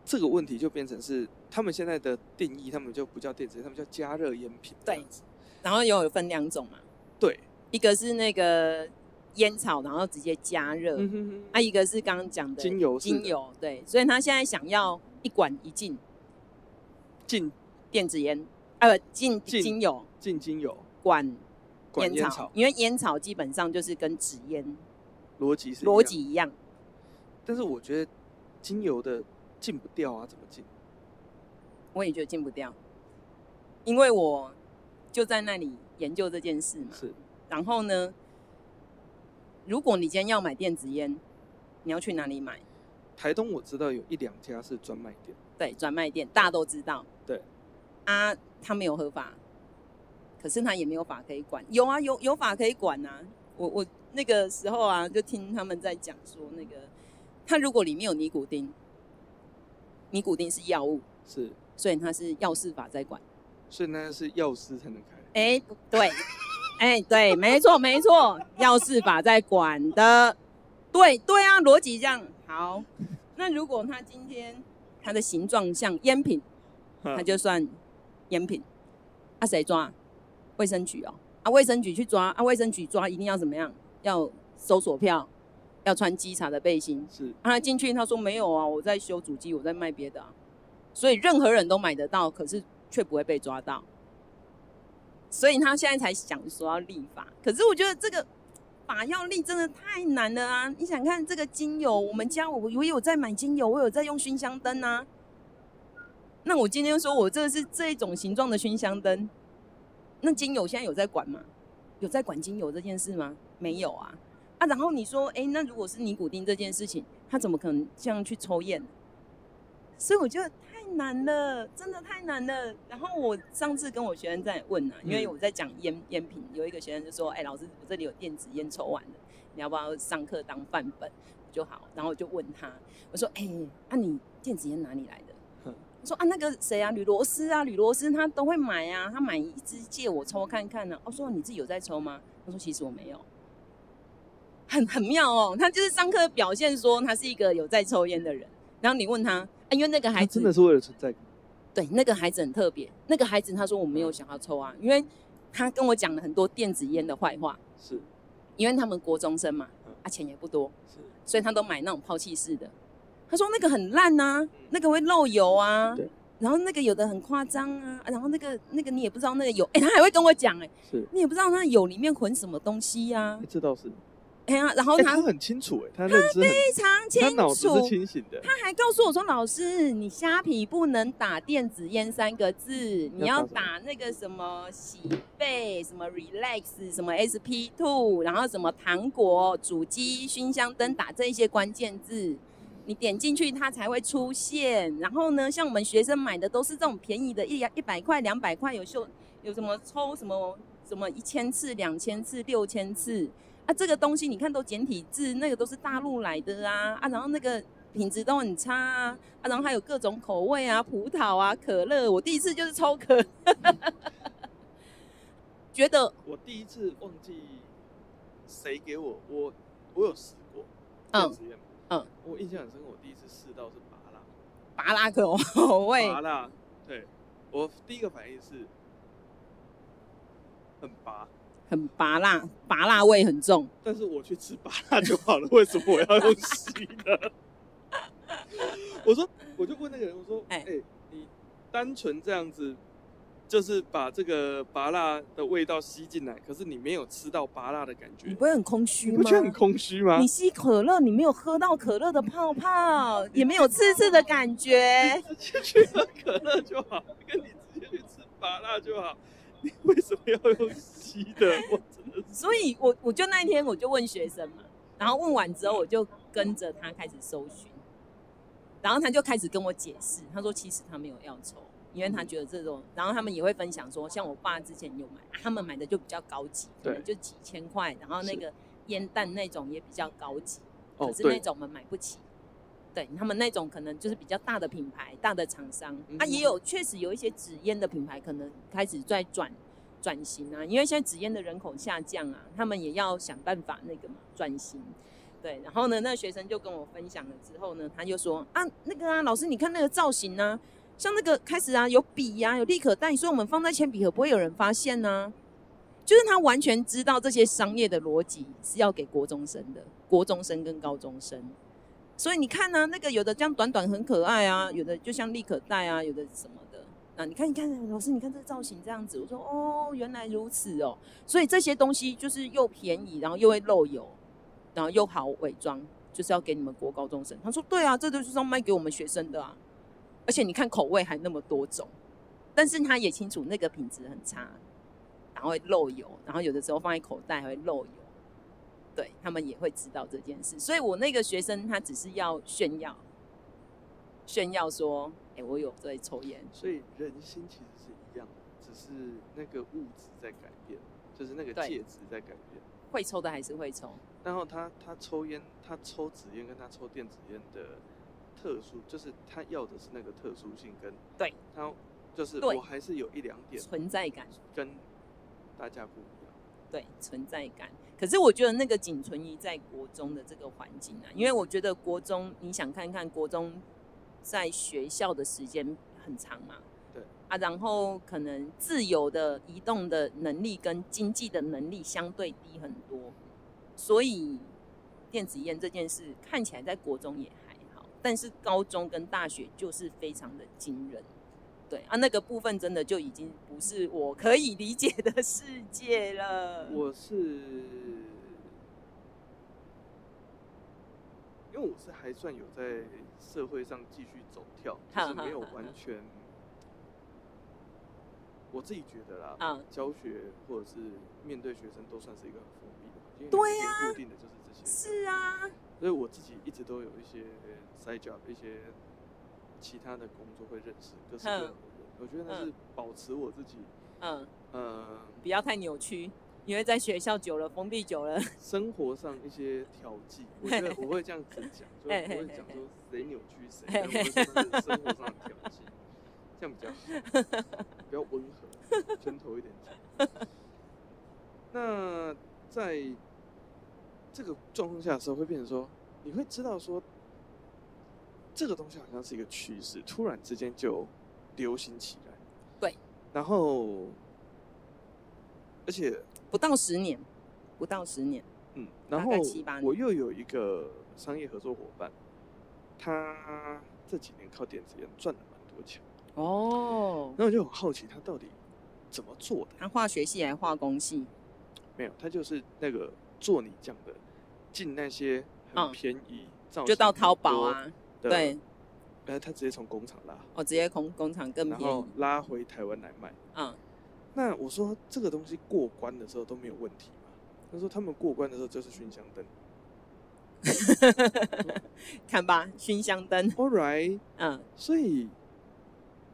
这个问题就变成是他们现在的定义，他们就不叫电子烟，他们叫加热烟品这对样子。然后又有分两种嘛，对，一个是那个烟草，然后直接加热，嗯哼哼啊，一个是刚刚讲的精油式的精油对，所以他现在想要一管一禁禁电子烟，呃，禁禁精油禁精油。管管烟烟草草，因为烟草基本上就是跟纸烟逻辑是一逻样辑一样，但是我觉得精油的禁不掉啊，怎么禁？我也觉得禁不掉，因为我就在那里研究这件事嘛。是然后呢，如果你今天要买电子烟，你要去哪里买？台东我知道有一两家是专卖店，对，专卖店大家都知道。对，啊，他没有合法，可是他也没有法可以管。有啊，有有法可以管啊。我我那个时候啊，就听他们在讲说，那个它如果里面有尼古丁，尼古丁是药物，是，所以它是药事法在管。所以那是药师才能开。哎、不对，哎、对，没错没错，药事法在管的，对对啊，逻辑这样好。那如果它今天它的形状像烟品，它哈就算烟品，啊谁抓？卫生局哦，啊卫生局去抓，啊卫生局抓一定要怎么样？要搜索票，要穿稽查的背心。是啊他进去他说没有啊，我在修主机，我在卖别的、啊，所以任何人都买得到，可是却不会被抓到。所以他现在才想说要立法，可是我觉得这个法要立真的太难了啊！你想看这个精油，我们家我我有在买精油，我有在用熏香灯啊。那我今天说我这个是这种形状的熏香灯，那精油现在有在管吗？有在管精油这件事吗？没有啊。啊，然后你说，哎，那如果是尼古丁这件事情，他怎么可能这样去抽验？所以我觉得太难了，真的太难了。然后我上次跟我学生在问啊，因为嗯我在讲烟烟品，有一个学生就说，哎，老师，我这里有电子烟抽完了，你要不要上课当范本？我就好，然后我就问他，我说，哎，啊，你电子烟哪里来的？说啊，那个谁啊，吕罗斯啊，吕罗斯他都会买啊，他买一支借我抽看看呢、我、哦、说你自己有在抽吗？他说其实我没有，很很妙哦。他就是上课表现说他是一个有在抽烟的人，然后你问他，啊、因为那个孩它子真的是为了存在感。对，那个孩子很特别。那个孩子他说我没有想要抽啊，因为他跟我讲了很多电子烟的坏话，是因为他们国中生嘛嗯，啊钱也不多，是，所以他都买那种抛弃式的。他说那个很烂呐，那个会漏油啊对，然后那个有的很夸张啊，啊然后那个那个你也不知道那个油，哎、他还会跟我讲，哎，是，你也不知道那油里面混什么东西呀、这倒是。哎呀、然后哎，他他很清楚，哎，他认知很，非常他清脑子是楚，清醒的。他还告诉我说：“老师，你虾皮不能打电子烟三个字，你嗯要要打什么打那个什么洗肺、什么 relax、什么 SP two，然后什么糖果、主机、熏香灯，打这一些关键字。”你点进去，它才会出现。然后呢，像我们学生买的都是这种便宜的，一两一百块、两百块，有秀有什么抽什么什么一千次、两千次、六千次，啊，这个东西你看都简体字，那个都是大陆来的啊啊，然后那个品质都很差啊啊，然后还有各种口味啊，葡萄啊，可乐，我第一次就是抽可乐， 觉得我第一次忘记谁给我，我我有试过，嗯电子烟嗯，我印象很深刻，我第一次试到是拔蜡，拔拉口味拔蜡，对我第一个反应是很拔，很拔辣，拔辣味很重，但是我去吃拔蜡就好了，为什么我要用吸 的？我说，我就问那个人，我说，哎、哎你单纯这样子，就是把这个拔蜡的味道吸进来，可是你没有吃到拔蜡的感觉，你不会很空虚嗯你吗？不觉得很空虚吗？你吸可乐，你没有喝到可乐的泡 泡，也没有刺刺的感觉。直接去喝可乐就好，跟你直接去吃麻辣就好。你为什么要用吸的？我真的是所以我我就那一天我就问学生嘛，然后问完之后我就跟着他开始搜寻，然后他就开始跟我解释，他说其实他没有要抽，因为他觉得这种，然后他们也会分享说，像我爸之前有买，他们买的就比较高级，可能就几千块，然后那是个烟弹那种也比较高级，哦可是那种我们买不起。对他们那种可能就是比较大的品牌、大的厂商，嗯啊，也有确实有一些纸烟的品牌可能开始在转转型啊，因为现在纸烟的人口下降啊，他们也要想办法那个嘛转型。对，然后呢，那学生就跟我分享了之后呢，他就说啊，那个啊，老师你看那个造型啊，像那个开始啊有笔呀、有立可带，所以我们放在铅笔盒不会有人发现呢、就是他完全知道这些商业的逻辑是要给国中生的，国中生跟高中生。所以你看呢、那个有的这样短短很可爱啊，有的就像立可带啊，有的什么的啊，你看你看，老师你看这个造型这样子，我说哦，原来如此哦。所以这些东西就是又便宜，然后又会漏油，然后又好伪装，就是要给你们国高中生。他说对啊，这就是要卖给我们学生的啊，而且你看口味还那么多种，但是他也清楚那个品质很差，然后会漏油，然后有的时候放在口袋还会漏油。对他们也会知道这件事，所以我那个学生他只是要炫耀，炫耀说：“哎、我有在抽烟。所以人心其实是一样的，只是那个物质在改变，就是那个对介质在改变。会抽的还是会抽。然后他他抽烟，他抽纸烟跟他抽电子烟的特殊，就是他要的是那个特殊性跟对，他就是对我还是有一两点存在感，跟大家不一样。对存在感。可是我觉得那个仅存于在国中的这个环境啊，因为我觉得国中，你想看看国中在学校的时间很长嘛，对啊，然后可能自由的移动的能力跟经济的能力相对低很多，所以电子烟这件事看起来在国中也还好，但是高中跟大学就是非常的惊人。对啊，那个部分真的就已经不是我可以理解的世界了。我是，因为我是还算有在社会上继续走跳，就哈是哈没有哈哈完全，我自己觉得啦，啊，教学或者是面对学生都算是一个很封闭的环境，对呀、固定的就是这些，是啊，所以我自己一直都有一些 side job，一些其他的工作会认识各式各样的人，我觉得那嗯是保持我自己，嗯，呃，不要太扭曲，因为在学校久了，封闭久了， 生活上一些调剂，我觉得我会这样子讲，就嘿是不嘿会嘿讲说谁扭曲谁，嘿但我会说那是生活上的调剂，这样比较好，比较温和，拳头一点讲。那在这个状况下的时候，会变成说，你会知道说，这个东西好像是一个趋势，突然之间就流行起来。对，然后而且不到十年，不到十年，嗯，然大后概七八我年又有一个商业合作伙伴，他这几年靠电子烟赚了蛮多钱，哦然，后我就很好奇他到底怎么做的。他啊化学系还化工系，没有，他就是那个做你讲的，进那些很嗯便宜，造就型到很淘宝多啊，的，对，呃，他直接从工厂拉，我直接工工厂更然便后宜，拉回台湾来卖。嗯，那我说这个东西过关的时候都没有问题嘛？他说他们过关的时候就是熏香灯看吧，熏香灯， ，All right。嗯，所以，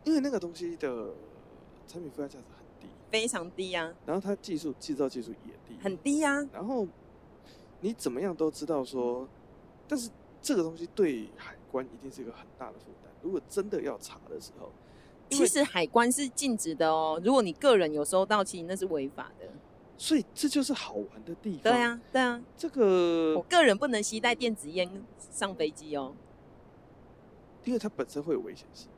因为那个东西的产品附加价值很低，非常低啊，然后它技术制造技术也低，很低啊，然后你怎么样都知道说，但是这个东西对海关一定是一个很大的负担。如果真的要查的时候，因其为实海关是禁止的哦，如果你个人有收到，其实那是违法的。所以这就是好玩的地方。对啊，对啊，这个我个人不能携带电子烟上飞机哦。因为它本身会有危险性。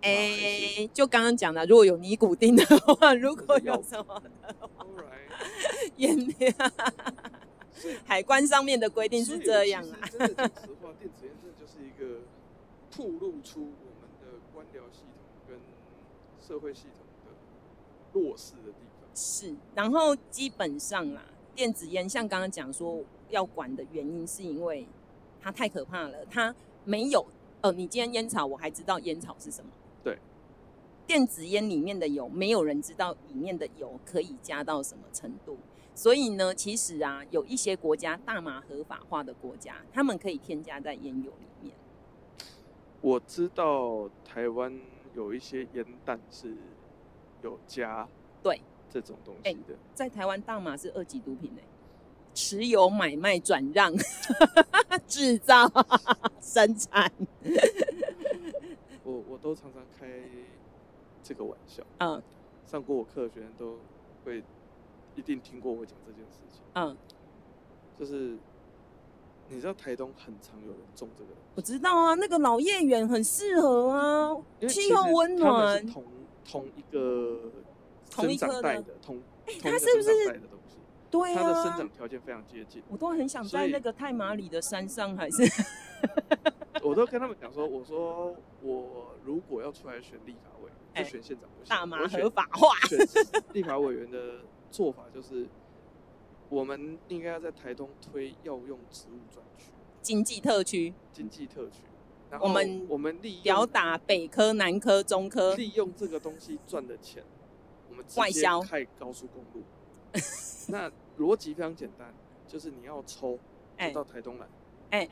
哎、还是就刚刚讲的，如果有尼古丁的话，如果有什么 Alright，烟 料，海关上面的规定所是以这样啊。其实真的讲实话，电子烟真的就是一个暴露出我们的官僚系统跟社会系统的弱势的地方。是，然后基本上啦，电子烟像刚刚讲说要管的原因，是因为它太可怕了，它没有呃，你今天烟草我还知道烟草是什么，对，电子烟里面的油，没有人知道里面的油可以加到什么程度。所以呢，其实啊，有一些国家大麻合法化的国家，他们可以添加在烟油里面。我知道台湾有一些烟弹是有加对哎这种东西的，在台湾，大麻是二级毒品呢、持有、买卖、转让、 制造、 生产，我我都常常开这个玩笑。嗯上过我课的学生都会一定听过我讲这件事情，嗯，就是你知道台东很常有人种这个东西，我知道啊，那个老叶园很适合啊，因为其气实候温他们暖是，同同一个同一生棵长带的的，同同一它个是生不是长带的东西，对它啊，的生长条件非常接近。我都很想所在以那个泰马里的山上，还是我都跟他们讲说，我说我如果要出来选立法委，哎就选县长不行，大麻我选合法化选 立法委员的做法就是，我们应该要在台东推药用植物专区。经济特区，经济特区，然我后们我们利表用打北科、南科、中科，利用这个东西赚的钱，我们直接外销开高速公路。 那逻辑非常简单，就是你要抽哎就到台 东来，哎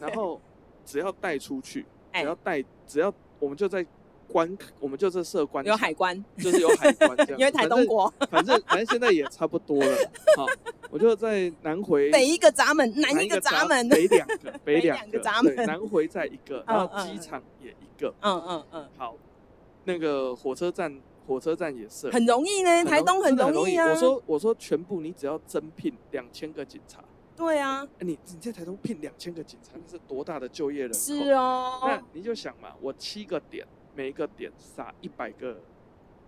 然后只要带出去，哎只要带，只要我们就在关，我们就在设关有卡海关，就是有海关这样， 因为台东国啊反正，反正反正现在也差不多 了。好，我就在南回北一个闸门，南南一个个闸门，北两个，北两 两个个闸门对南回在一个，然后机场也一个。嗯嗯嗯，好，那个火车站，火车站也是，很容易呢，台东真的很容容易啊，我说我说全部，你只要增聘两千个警察，对啊，哎你你在台东聘两千个警察，那是多大的就业人口？是哦那，你就想嘛，我七个点，每一个点撒一百个，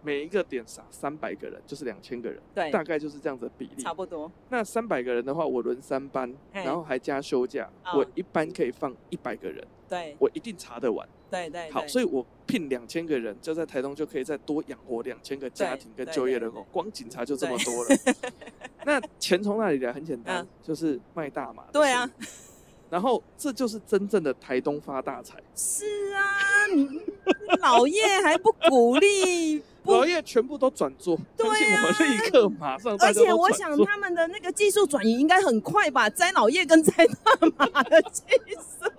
每一个点撒三百个人，就是两千个人，对大概就是这样子的比例哎差。不多，那三百个人的话，我轮三班，嘿然后还加休假，嗯我一班可以放一百个人，对我一定查得完。对对，好，所以以我聘两千个人，就在台东就可以再多养活两千个家庭跟对就业人口，光警察就这么多了。那钱从哪里来？很简单嗯，就是卖大麻。对啊。然后这就是真正的台东发大财，是啊，你老叶还不鼓 励，不老，叶全部都转做，对啊相信我立刻马上大而家都且转我想做他们的那个技术转移应该很快吧，摘老叶跟摘大麻的技术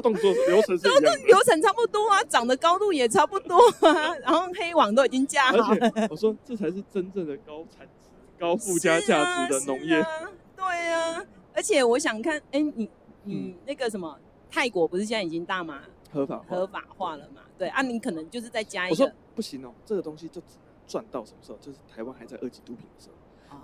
动作流程是一样的。流程差不多啊，长的高度也差不多啊，然后黑网都已经架好而了，且我说这才是真正的高产值、高附加价值的农业是。啊，是啊对啊，而且我想看，哎，你嗯你那个什么，泰国不是现在已经大麻合法合化。法化了嘛？对啊，你可能就是再加一我说个，不行哦，这个东西就只能赚到什么时候？就是台湾还在二级毒品的时候。哦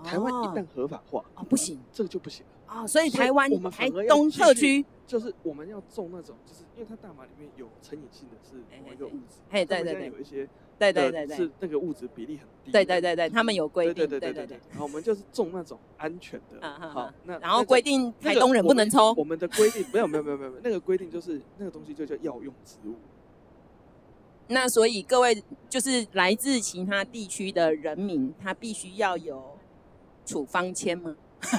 台湾一旦合法化，哦不行这个就不行了。啊，所所以以台湾我们台反而要东继特续区，就是我们要种那种，就是因为它大麻里面有成瘾性的是某一个物质，哎哎哎哎他们对对现在对有一些对对对对对是。那个物质比例很低，对对对对，他们有规定，对对对对对对。然后我们就是种那种安全的啊啊，啊好，那然后那个规定那台个东人我不们能抽我，们的规定没有没有没有没有，没有那个规定就是那个东西就叫药用植物，那所以各位就是来自其他地区的人民，他必须要有处方签吗？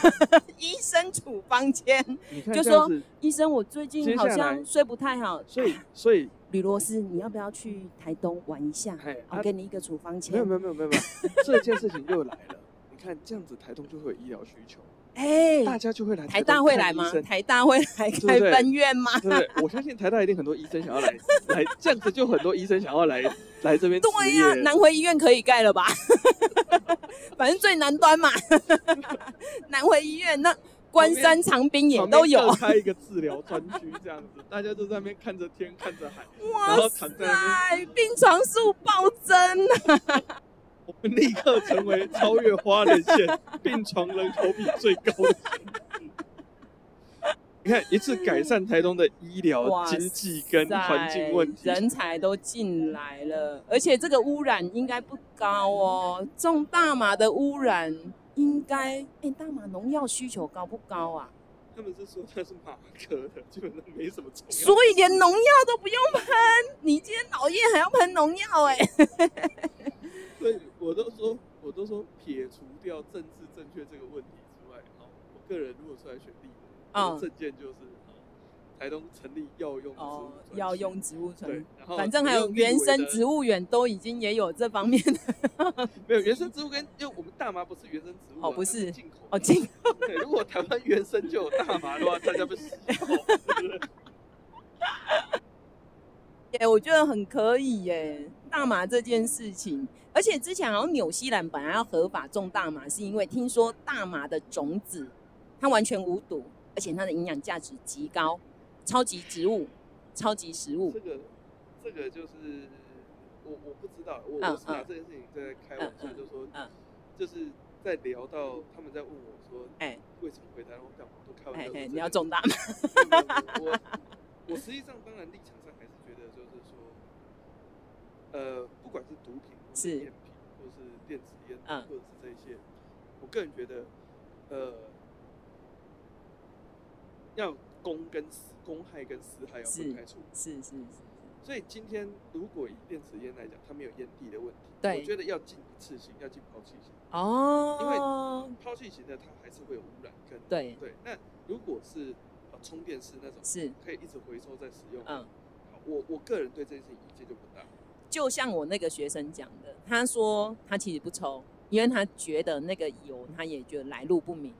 医生处方签，你看就这样说子医生，我最近接好下像来睡不太好，所以所以吕罗斯，你要不要去台东玩一下？哎我啊给你一个处方没有签。没有没有没有没有，这件事情又来了。你看这样子，台东就会有医疗需求，大哎，家就会来台东大会看来医吗？生台大会来不开对分院吗？对不对？我相信台大一定很多医生想要来来，这样子就很多医生想要来来这边执对呀、业。南回医院可以盖 了 吧？反正最南端嘛，南回医院那关山长兵也都有旁边。各开一个治疗专区这样子，大家都在那边看着天看着海，然哇后躺在那边，塞，病床数暴增，啊我们立刻成为超越花莲县病床人口比最高的县市。 你看，一次改善台东的医疗、哇经济跟环境问题塞，人才都进来了，而且这个污染应该不高哦。种大麻的污染应该，哎、大麻农药需求高不高啊？他们是说它是马克的，基本上没什么重要。所以连农药都不用喷，你今天老叶还要喷农药哎、所以我都说，我都说撇除掉政治正确这个问题之外，哦，我个人如果出来选立委，我的嗯政见就是、哦、台东成立药用植物哦，专区药用植物对醇，，然后反正还有原生植物，物园都已经也有这方面的 没有原生植物跟因为我们大麻不是原生植物啊、哦不它是进口的哦，进对，如果台湾原生就有大麻的话，大家被洗脑，对不对耶，哎我觉得很可以耶。大麻这件事情，而且之前好像纽西兰本来要合法种大麻，是因为听说大麻的种子它完全无毒，而且它的营养价值极高，超级植物，超级食物这。个这个就是我我不知道，我、嗯我是拿嗯这件事情在开玩笑，嗯嗯就说、嗯就是在聊到他们在问我说，哎为什么回答我讲我都开玩哎笑，哎，说你要种大麻？这个我我我实际上当然立场上还是觉得就是说，呃，不管是毒品或是是烟品，或是电子烟，嗯或者是这一些，我个人觉得，呃，要公跟私公害跟私害要是分开处理。是是是，所以今天如果以电子烟来讲，它没有烟蒂的问题，对我觉得要禁一次性，要禁抛弃型，哦，抛弃型的它还是会有污染跟对，对。那如果是呃充电式那种，是，可以一直回收再使用。嗯。好，我我个人对这件事情意见就不大。就像我那个学生讲的，他说他其实不抽，因为他觉得那个油他也觉得来路不明，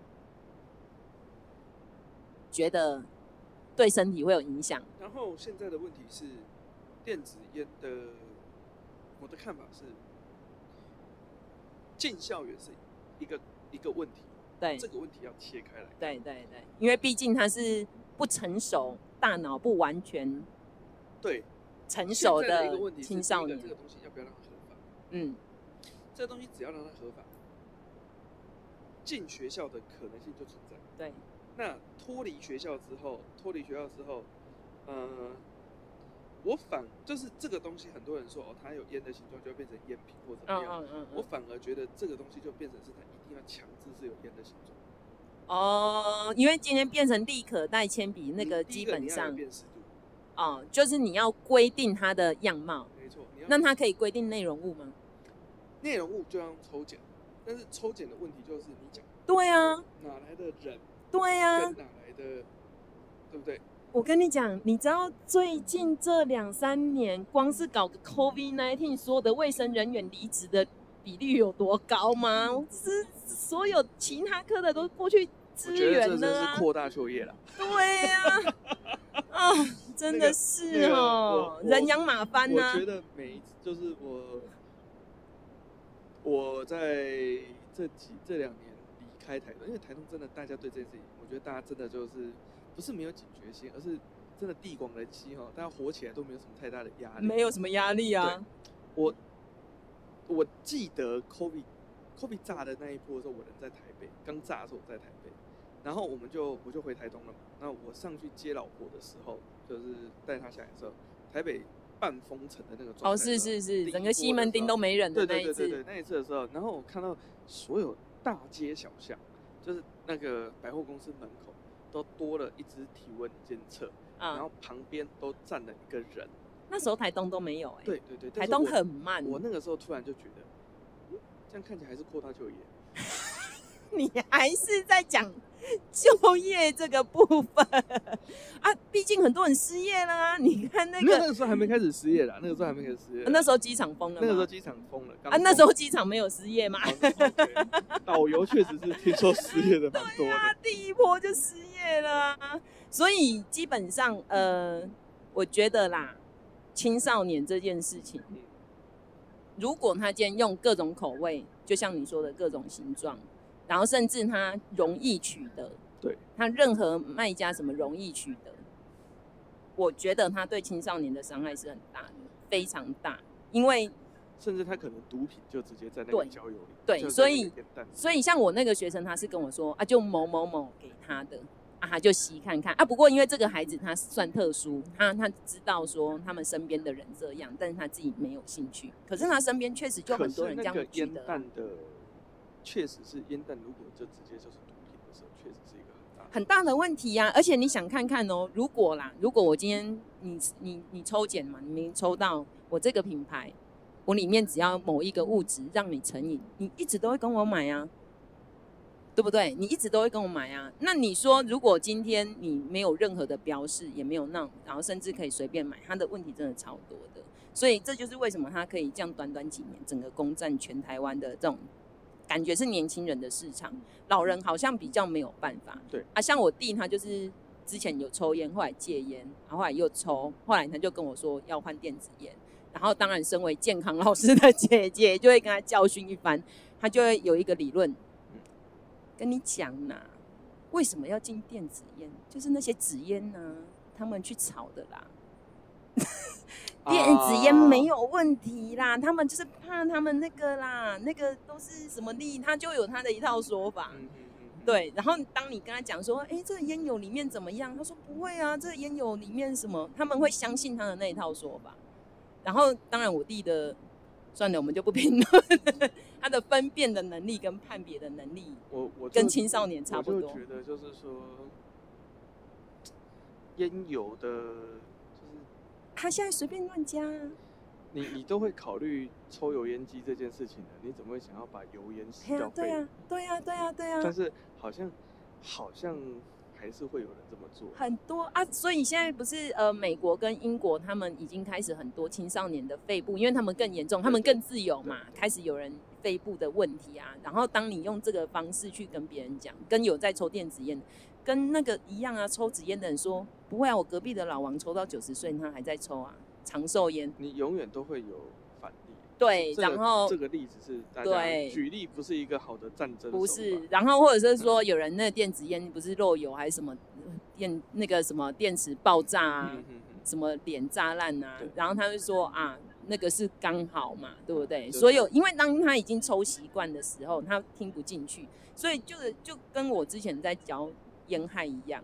觉得对身体会有影响。然后现在的问题是，电子烟的，我的看法是，进校园是一个一个问题，对这个问题要切开来。对对对，因为毕竟他是不成熟、大脑不完全对，成现熟在的一个问题是青少第一年个这。个东西要不要让它合法？嗯，这个东西只要让它合法，进学校的可能性就存在。对，那脱离学校之后，脱离学校之后，呃，我反就是这个东西，很多人说哦，它有烟的形状就会变成烟品或怎嗯么样。嗯嗯我嗯，反而觉得这个东西就变成是它一定要强制是有烟的形状。哦，因为今天变成立可带铅笔，那你个第基一个本你要有上辨识度，哦，就是你要规定它的样貌，没错，你要那它可以规定内容物吗？内容物就要用抽检，但是抽检的问题就是你讲对啊，哪来的人对啊跟，哪来的，对不对？我跟你讲，你知道最近这两三年，光是搞个 COVID nineteen，所有的卫生人员离职的比率有多高吗？是所有其他科的都过去我支觉得这援真了、是啊，扩大就业了。对呀、啊，真的是那个哦我，我人仰马翻啊我呐、觉得每一次就是我，我在这几这两年离开台东，因为台东真的大家对这件事情，我觉得大家真的就是不是没有警觉心，而是真的地广人稀哈，大家活起来都没有什么太大的压力。没有什么压力啊，我我记得 COVID COVID 炸的那一波的时候，我人在台北，刚炸的时候我在台北，然后我们就我就回台东了嘛。那我上去接老婆的时候，就是带她下来的时候，台北半封城的那个状态。哦，是是第是，一整个西门町都没人的对对那一对次，对对，那一次的时候，然后我看到所有大街小巷，就是那个百货公司门口都多了一只体温监测，然啊，后旁边都站了一个人。那时候台东都没有哎、对对对，但台是东我很慢，我那个时候突然就觉得，嗯这样看起来还是扩大就业。你还是在讲就业这个部分啊，毕竟很多人失业了啊。你看那没有那个个时候还没开始失业啦，那个时候还没开始失业。那时候机场封了那个时候吗？机场封了，刚啊，那封时候机场没有失业吗？哦 对导游确实是听说失业的蛮多啊的，，第一波就失业了啊。所以基本上，呃，我觉得啦，青少年这件事情嗯，如果他今天用各种口味，就像你说的各种形状，然后甚至他容易取得，对，他任何卖家什么容易取得，我觉得他对青少年的伤害是很大的，非常大，因为甚至他可能毒品就直接在那个对交友里，对就在所那个以电弹里所以像我那个学生，他是跟我说啊，就某某某给他的啊，他就吸看看啊。不过因为这个孩子他算特殊，他他知道说他们身边的人这样，但是他自己没有兴趣。可是他身边确实 就很多人这样可是那个觉烟得啊，弹的，确实是烟弹，如果就直接就是毒品的时候，确实是一个很大的。很大的问题呀、而且你想看看哦，如果啦，如果我今天你你你抽检嘛，你没抽到我这个品牌，我里面只要某一个物质让你成瘾，你一直都会跟我买啊，对不对？你一直都会跟我买啊。那你说，如果今天你没有任何的标示，也没有那种，然后甚至可以随便买，他的问题真的超多的。所以这就是为什么他可以这样短短几年，整个攻占全台湾的这种感觉是年轻人的市场，老人好像比较没有办法。对啊，像我弟他就是之前有抽烟，后来戒烟，然后后来又抽，后来他就跟我说要换电子烟。然后当然，身为健康老师的姐姐就会跟他教训一番，他就会有一个理论，跟你讲呐、为什么要禁电子烟？就是那些纸烟呐、他们去炒的啦。哦电子烟啊没有问题啦，他们就是怕他们那个啦，那个都是什么利，他就有他的一套说法啊。。嗯嗯嗯嗯对，然后当你跟他讲说，哎，这个烟油里面怎么样？他说不会啊，这个烟油里面什么？他们会相信他的那一套说法。然后，当然我弟的，算了，我们就不评论他的分辨的能力跟判别的能力。我我跟就青少年差不我就多觉得就是说，烟油的，就是他现在随便乱加、啊，你你都会考虑抽油烟机这件事情的，你怎么会想要把油烟吸对掉啊，肺对啊，对啊，对啊，对啊但，是好像好像还是会有人这么做。很多啊。所以现在不是呃，美国跟英国他们已经开始很多青少年的肺部，因为他们更严重，他们更自由嘛，开始有人肺部的问题啊。然后当你用这个方式去跟别人讲，跟有在抽电子烟，跟那个一样啊，抽纸烟的人说不会啊，我隔壁的老王抽到九十岁，他还在抽啊，长寿烟。你永远都会有反例。对这个然后这个例子是大家对举例，不是一个好的战争手法，嗯不是，然后或者是说有人那电子烟不是漏油还是什么呃电那个什么电池爆炸啊，嗯嗯嗯什么脸炸烂啊对，然后他就说啊那个是刚好嘛，对不对？就是所有因为当他已经抽习惯的时候，他听不进去，所以就是就跟我之前在教烟害一样，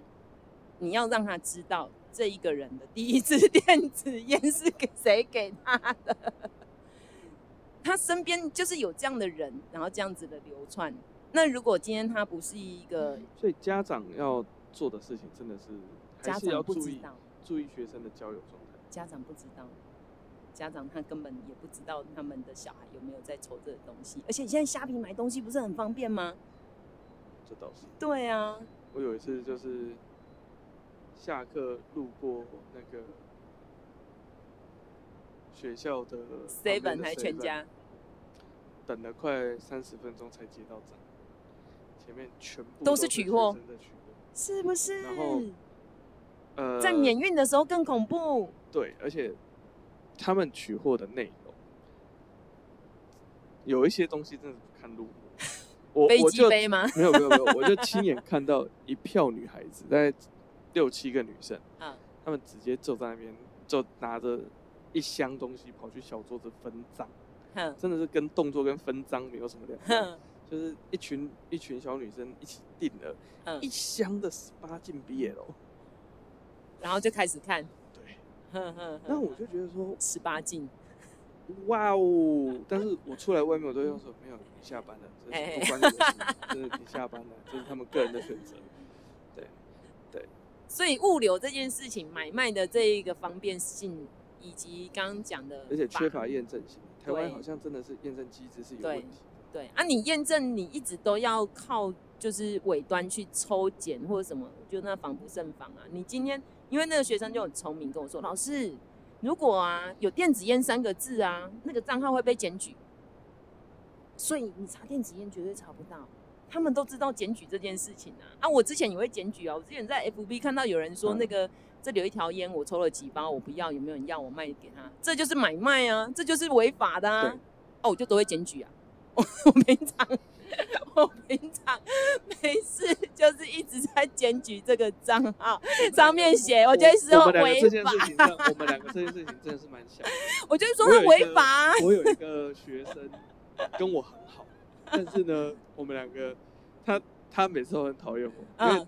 你要让他知道这一个人的第一支电子烟是给谁给他的。 他身边就是有这样的人，然后这样子的流窜。那如果今天他不是一个所以家长要做的事情真的是还家是要长不注知意道，注意学生的交友状态。家长不知道，家长他根本也不知道他们的小孩有没有在抽这个东西。而且现在虾皮买东西不是很方便吗？这倒是，对啊，我有一次就是下课路过那个学校的旁边 seven 的还全 7-Eleven 家，等了快三十分钟才接到站，前面全部都是取货学生在取货，是不是？然后呃，在免运的时候更恐怖。对，而且他们取货的内容，有一些东西真的不看路人我 飞我机就杯吗？ 没有没有没有，我就亲眼看到一票女孩子，大概六七个女生，啊，她们直接就在那边就拿着一箱东西跑去小桌子分赃，哼真的是跟动作跟分赃没有什么两样，哼就是一群一群小女生一起订了一哼，箱的十八禁 BL，然后就开始看，对，哼哼哼那我就觉得说十八禁，哇哦！但是我出来外面，我都会说没有，你下班了，这是不关你的事，这是你下班了，这是他们个人的选择。所以物流这件事情买卖的这一个方便性，以及刚刚讲的，而且缺乏验证性，台湾对好像真的是验证机制是有问题的。对啊，你验证你一直都要靠就是尾端去抽检或者什么，我觉得那防不胜防啊。你今天因为那个学生就很聪明跟我说，老师，如果啊有电子烟三个字啊，那个账号会被检举，所以你查电子烟绝对查不到。他们都知道检举这件事情啊！啊，我之前也会检举啊，我之前在 FB 看到有人说嗯那个、这里有一条烟，我抽了几包，我不要，有没有人要我卖给他？这就是买卖啊，这就是违法的啊对！哦，我就都会检举啊。我我平常 我平常没事就是一直在检举这个账号上面写，我觉得是我们两个这违件法事，情上，我们两个这件事情真的是蛮像的。我就是说我有他一违个法啊。 我有一个学生跟我很 好，但是呢，我们两个，他他每次都很讨厌我，因为、嗯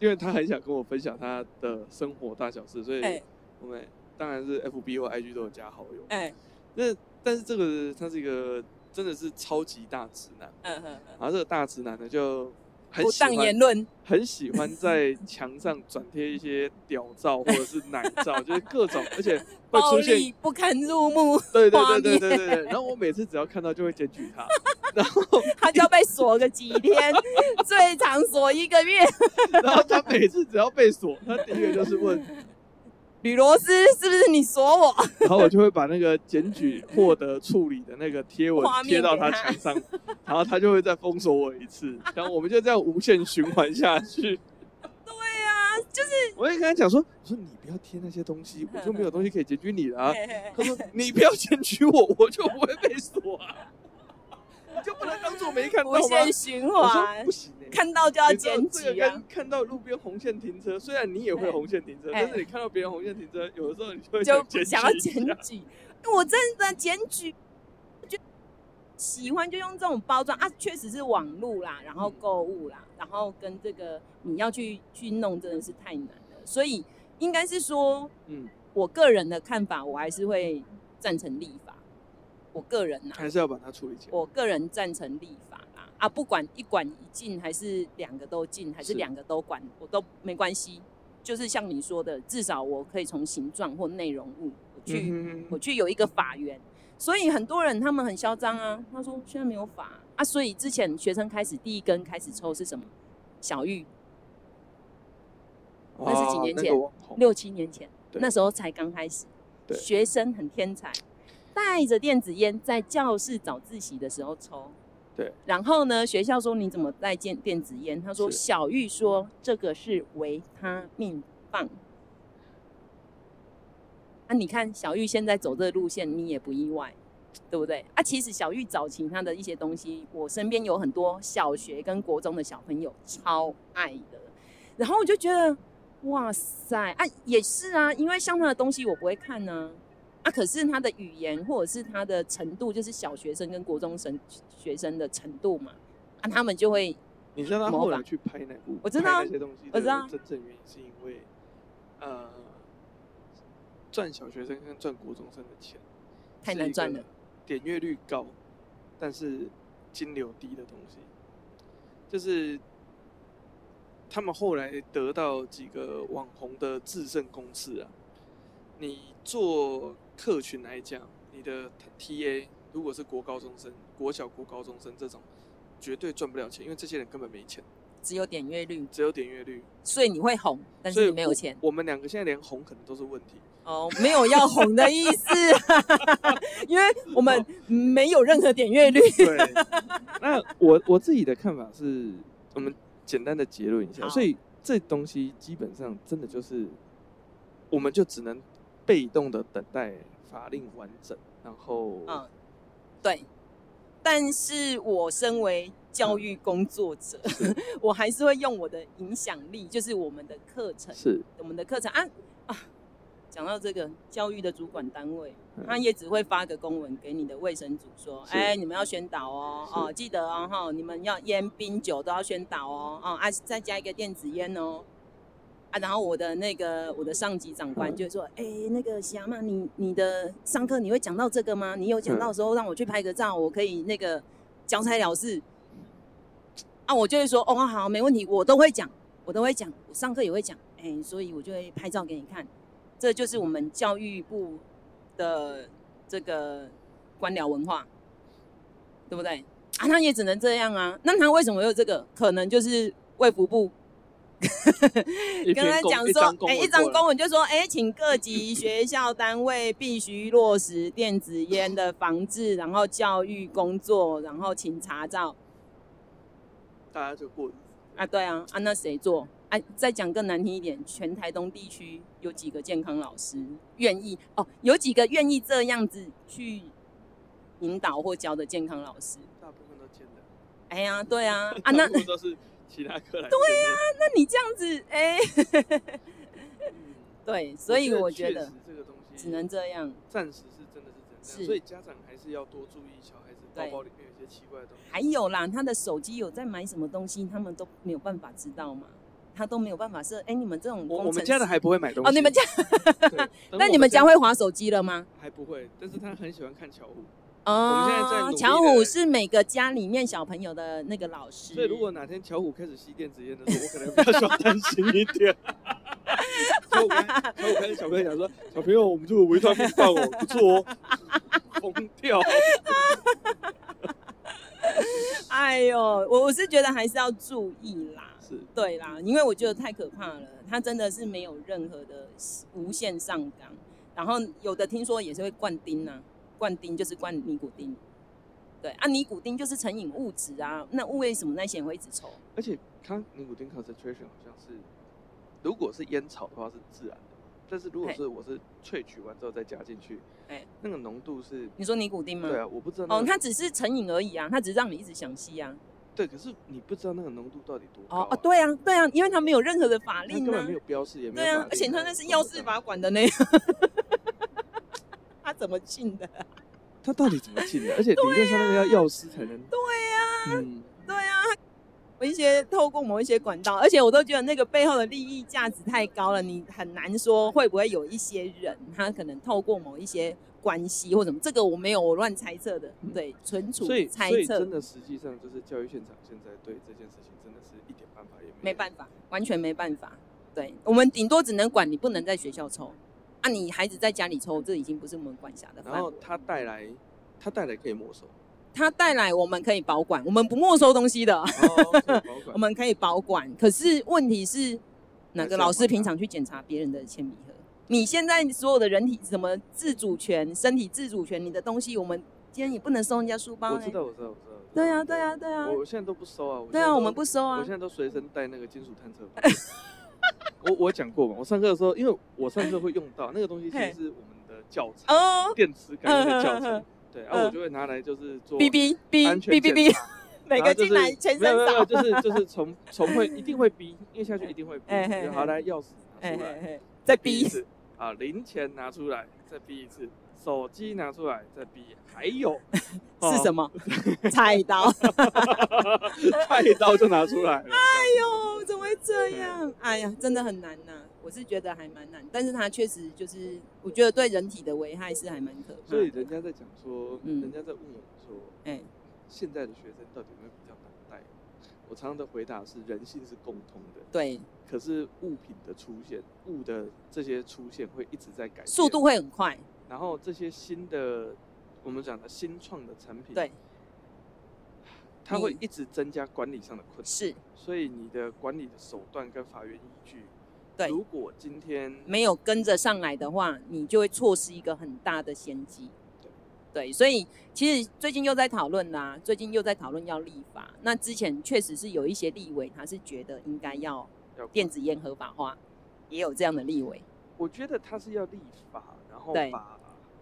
因为他很想跟我分享他的生活大小事，所以哎我们当然是 FB 或 IG 都有加好友。哎那但是这个他是一个真的是超级大直男，嗯嗯嗯，然后这个大直男呢就很不喜当言欢。论， 很喜欢在墙上转贴一些屌照或者是奶照，就是各种，而且会暴出现力不堪入目， 对画对对对对对对。然后我每次只要看到就会检举他， 然后他就要被锁个几 天，最长锁一个月。然后他每次只要被锁，他第一个就是问，吕罗斯是不是你锁我？然后我就会把那个检举获得处理的那个贴文画面贴到给他他墙上，然后他就会再封锁我一次，然后我们就这样无限循环下去。对啊，就是我也跟他讲说，我说你不要贴那些东西，我就没有东西可以检举你了、 啊。嘿嘿他说你不要检举我，我就不会被锁 啊。你就不能当做没看到无吗？限循我说环不，行、欸，看到就要你知道检这个举啊跟，看到路边红线停车，虽然你也会哎红线停车，哎但是你看到别人红线停车，有的时候你就会就检举想要一检下举。我真的检举，就喜欢就用这种包装啊，确实是网路啦，然嗯后购物啦，然后跟这个你要去去弄，真的是太难了。所以应该是说，嗯，我个人的看法，我还是会赞成立法。我个人啊呐、还是要把它处理起来。我个人赞成立法啦，啊，不管一管一禁还是两个都禁，还是是两个都管，我都没关系。就是像你说的，至少我可以从形状或内容物我去、嗯我去有一个法源。所以很多人他们很嚣张啊，他说现在没有法啊啊，所以之前学生开始第一根开始抽是什么？小玉哼那是几年前啊那个网红六七年前，对那时候才刚开始，对学生很天才，带着电子烟在教室早自习的时候抽。对，然后呢，学校说你怎么带电电子烟？他说是小玉说这个是维他命棒。啊，你看小玉现在走这个路线，你也不意外，对不对？啊，其实小玉早期她的一些东西，我身边有很多小学跟国中的小朋友超爱的，然后我就觉得哇塞啊，也是啊，因为像他的东西我不会看呢、啊，可是他的语言或者是他的程度，就是小学生跟国中生学生的程度嘛，啊，他们就会你知道他模后来仿去拍那部，我知道啊拍那些东西，我知道啊真正原因是因为，呃，赚小学生跟赚国中生的钱太难赚是了，一个点阅率高，但是金流低的东西，就是他们后来得到几个网红的制胜公式啊，你做客群来讲，你的 TA 如果是国高中生、国小、国高中生这种，绝对赚不了钱，因为这些人根本没钱，只有点阅率，只有点阅率。所以你会红，但所是以你没有我钱我们两个现在连红可能都是问题。哦，没有要红的意思， 因为我们没有任何点阅率。对，那我我自己的看法是，我们简单的结论一下，好所以这东西基本上真的就是，我们就只能被动的等待法令完整，然后嗯， 对。但是我身为教育工作者， 我还是会用我的影响力，就是我们的课程，是我们的课程啊啊。讲到这个教育的主管单位，嗯他也只会发个公文给你的卫生组说，是哎，你们要宣导哦，是哦，记得哦，哈，你们要烟、冰、酒都要宣导哦，哦，啊，再加一个电子烟哦，啊，然后我的那个我的上级长官就会说：“哎、那个霞嘛，你你的上课你会讲到这个吗？你有讲到的时候让我去拍个照，我可以那个交差了事。”啊，我就会说：“哦，好，没问题，我都会讲，我都会讲，我上课也会讲。哎，所以我就会拍照给你看。这就是我们教育部的这个官僚文化，对不对？啊，那也只能这样啊。那他为什么有这个？可能就是卫福部 一跟篇他公讲一说张，公哎、文一张过来公文就说，哎、请各级学校单位必须落实电子烟的防治，然后教育工作，然后请查照大家就过日子。啊，对啊，啊，那谁做？啊，再讲更难听一点，全台东地区有几个健康老师愿意哦？有几个愿意这样子去引导或教的健康老师？大部分都见的，哎呀，对啊，啊 大那部分都是其他科来嗯对那你这样子，哎、呀、嗯对，所以我觉确得实这个东西只能这样，暂时是真的是这是样，所以家长还是要多注意小孩子包对包里面有一些奇怪的东西。还有啦，他的手机有在买什么东西，他们都没有办法知道嘛，他都没有办法设。哎、你们这种我工程我们家的师还不会买东西哦，你们家，对等那我你们家家会划手机了吗？还不会，但是他很喜欢看巧虎，们现在在努哦，力巧地虎是每个家里面小朋友的那个老师，所以如果哪天巧虎开始吸电子烟的时候，我可能比较需要担心一点。巧虎开巧虎开始小朋友讲说：“小朋友，我们这个维他命棒哦，不错哦，疯掉。哎呦，我我是觉得还是要注意啦，”是，对啦，因为我觉得太可怕了，他真的是没有任何的无限上纲，然后有的听说也是会灌钉呐、灌钉就是灌尼古丁，对啊，尼古丁就是成瘾物质啊，那为什么那些人会一直抽？而且它尼古丁 concentration 好像是，如果是烟草的话是自然的，但是如果嘿是我是萃取完之后再加进去，哎那个浓度是，你说尼古丁吗？对啊，我不知道那哦，个。它只是成瘾而已啊，它只是让你一直想吸啊。对，可是你不知道那个浓度到底多高、哦啊。哦，对啊，对啊，因为它没有任何的法它令根啊本没。有标示，也没有对法啊令，而且他那是药事，法管的呢， 他怎么进的？他到底怎么进的？而且理论上那个要药师才能。对啊呀、嗯，对啊，我一些透过某一些管道，而且我都觉得那个背后的利益价值太高了，你很难说会不会有一些人他可能透过某一些关系或什么，这个我没有，我乱猜测的，对，纯属嗯所以猜所以测真，的实际上就是教育现场现在对这件事情真的是一点办法也没有。没办法，完全没办法。对我们顶多只能管你不能在学校抽，啊，你孩子在家里抽，这已经不是我们管辖的然范后围。他带来，他带来可以没 收，它带来我们可以保管，我们不没收东西的，然后可以保 我管。们可以保管。可是问题是，还哪是个要老师管啊平它常去检查别人的铅笔盒？你现在所有的人体什么自主权、身体自主权，你的东西，我们今天也不能收人家书包、欸。我知道，我知道，我知道。对啊，对啊，对啊，我我现在都不收啊。对现在啊，都我们不收我啊现。在都随身带那个金属探测棒。我 我讲过嘛，我上课的时候，因为我上课会用到那个东西，其嘿实是我们的教材。哦电磁感应的教嗯嗯嗯程，对，然后我嗯就会拿来就是做哔哔哔安全哔检哔哔， 查，每然后个就进是来全没有没有身没有，扫。就是就是从从会一定会逼，因为下去一定会逼哎嘿，就嘿好来钥匙拿嘿出嘿来，嘿，哎在逼 一逼，次啊，零钱拿出来再逼一次，手机拿出来再逼，还有 哦是什么？么？ 菜刀。 菜刀就拿出来了， 哎呦，怎么会这 样？哎呀，真的很难呐、我是觉得还蛮难，但是它确实就是，我觉得对人体的危害是还蛮可怕所以的。人家在讲说，嗯人家在问我们说，哎现在的学生到底有没有比较难带？我常常的回答是，人性是共通的。对，可是物品的出现，物的这些出现会一直在改变，速度，会很快。然后这些新的，我们讲的新创的产品，对，它会你一直增加管理上的困难，是所以你的管理的手段跟法源依据，对如果今天没有跟着上来的话，你就会错失一个很大的先机对。对，所以其实最近又在讨论啦，最近又在讨论要立法。那之前确实是有一些立委，他是觉得应该要要，电子烟合法化，也有这样的立委。我觉得它是要立法，然后对把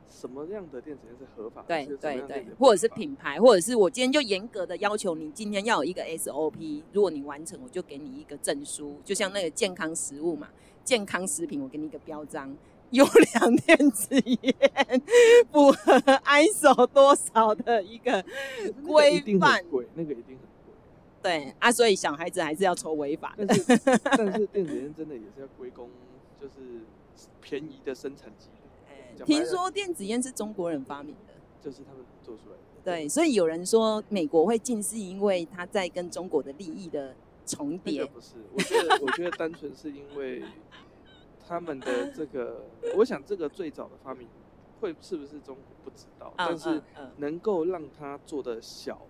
什么样的电子烟是合法的，对是什么对样的对电子烟，不或者是合法，品牌，或者是我今天就严格的要求你，今天要有一个 SOP，如果你完成，我就给你一个证书，就像那个健康食物嘛，健康食品我给你一个标章，优良电子烟，符合 ISO 多少的一个那个一规定范很，贵，那个一定很贵。对啊，所以小孩子还是要抽违法的，但是 但是电子烟真的也是要归功，就是便宜的生产基地，哎讲白听了说电子烟是中国人发明的。就是他们做出来的。对，，所以有人说美国会禁，是因为他在跟中国的利益的重那叠嗯个。不是，我觉得我觉得单纯是因为他们的这个，我想这个最早的发明会是不是中国不知道，嗯但是嗯嗯能够让它做的小、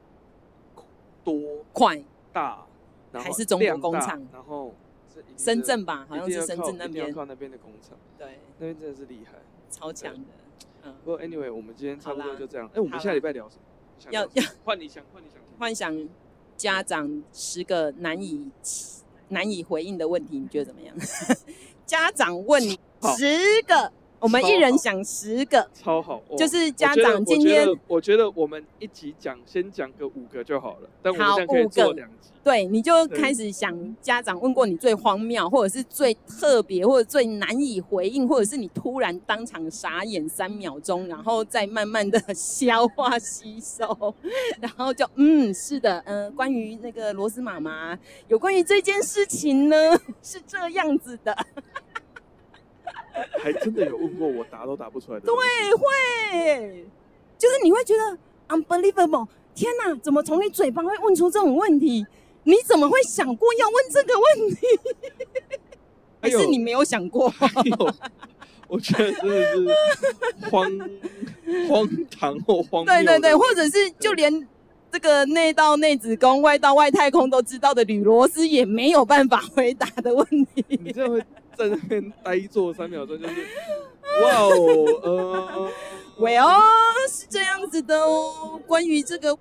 多、快，大，然后还是中国量大工厂然后这一定是深圳吧，好一像定是要深靠圳那一定要边，靠那边的工厂，对，那边真的是厉害。超强的，嗯，不过 anyway，我们今天差不好多啦就这样。哎、我好们啦下礼拜聊什么？你想要聊什么换你想换你想听。幻想家长十个难以 难以回应的问题，你觉得怎么样？家长问你好十个我们一人超好想十个，超好，哦我就是我家觉得长今天我觉得我觉得我们一集讲，先讲个五个就好了，但我们好这样可以五做个两集。对，你就对开始想家长问过你最荒谬，或者是最特别，或者最难以回应，或者是你突然当场傻眼三秒钟，然后再慢慢的 消化吸收，然后就嗯，是的，嗯、关于那个罗斯妈妈，有关于这件事情呢，是这样子的，还真的有问过我答都答不出来 的。对，啊对，就是你会觉得 unbelievable，天哪，怎么从你嘴巴会问出这种问题？你怎么会想过要问这个问题？哎还是你没有想过？还有，哎 我觉得真的是荒荒唐或荒谬对的。对对，或者是就连这个内到内子宫、外到外太空都知道的吕罗斯也没有办法回答的问题。你这样会在那边呆坐三秒钟，就是哇哦，呃，喂哦，是这样子的哦。关于这个，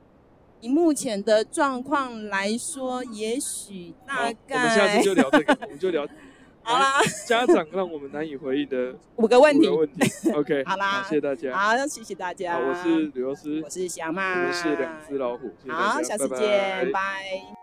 以目前的状况来说，也许好 大我们下概次就聊这个，我们就聊好啦，家长让我们难以回忆的五个问五题个。问题。OK，好啦谢谢大家。好，谢谢大家。好，我是刘老师，我是小我曼，们是两只老虎。谢谢大好，家下次拜拜见，拜。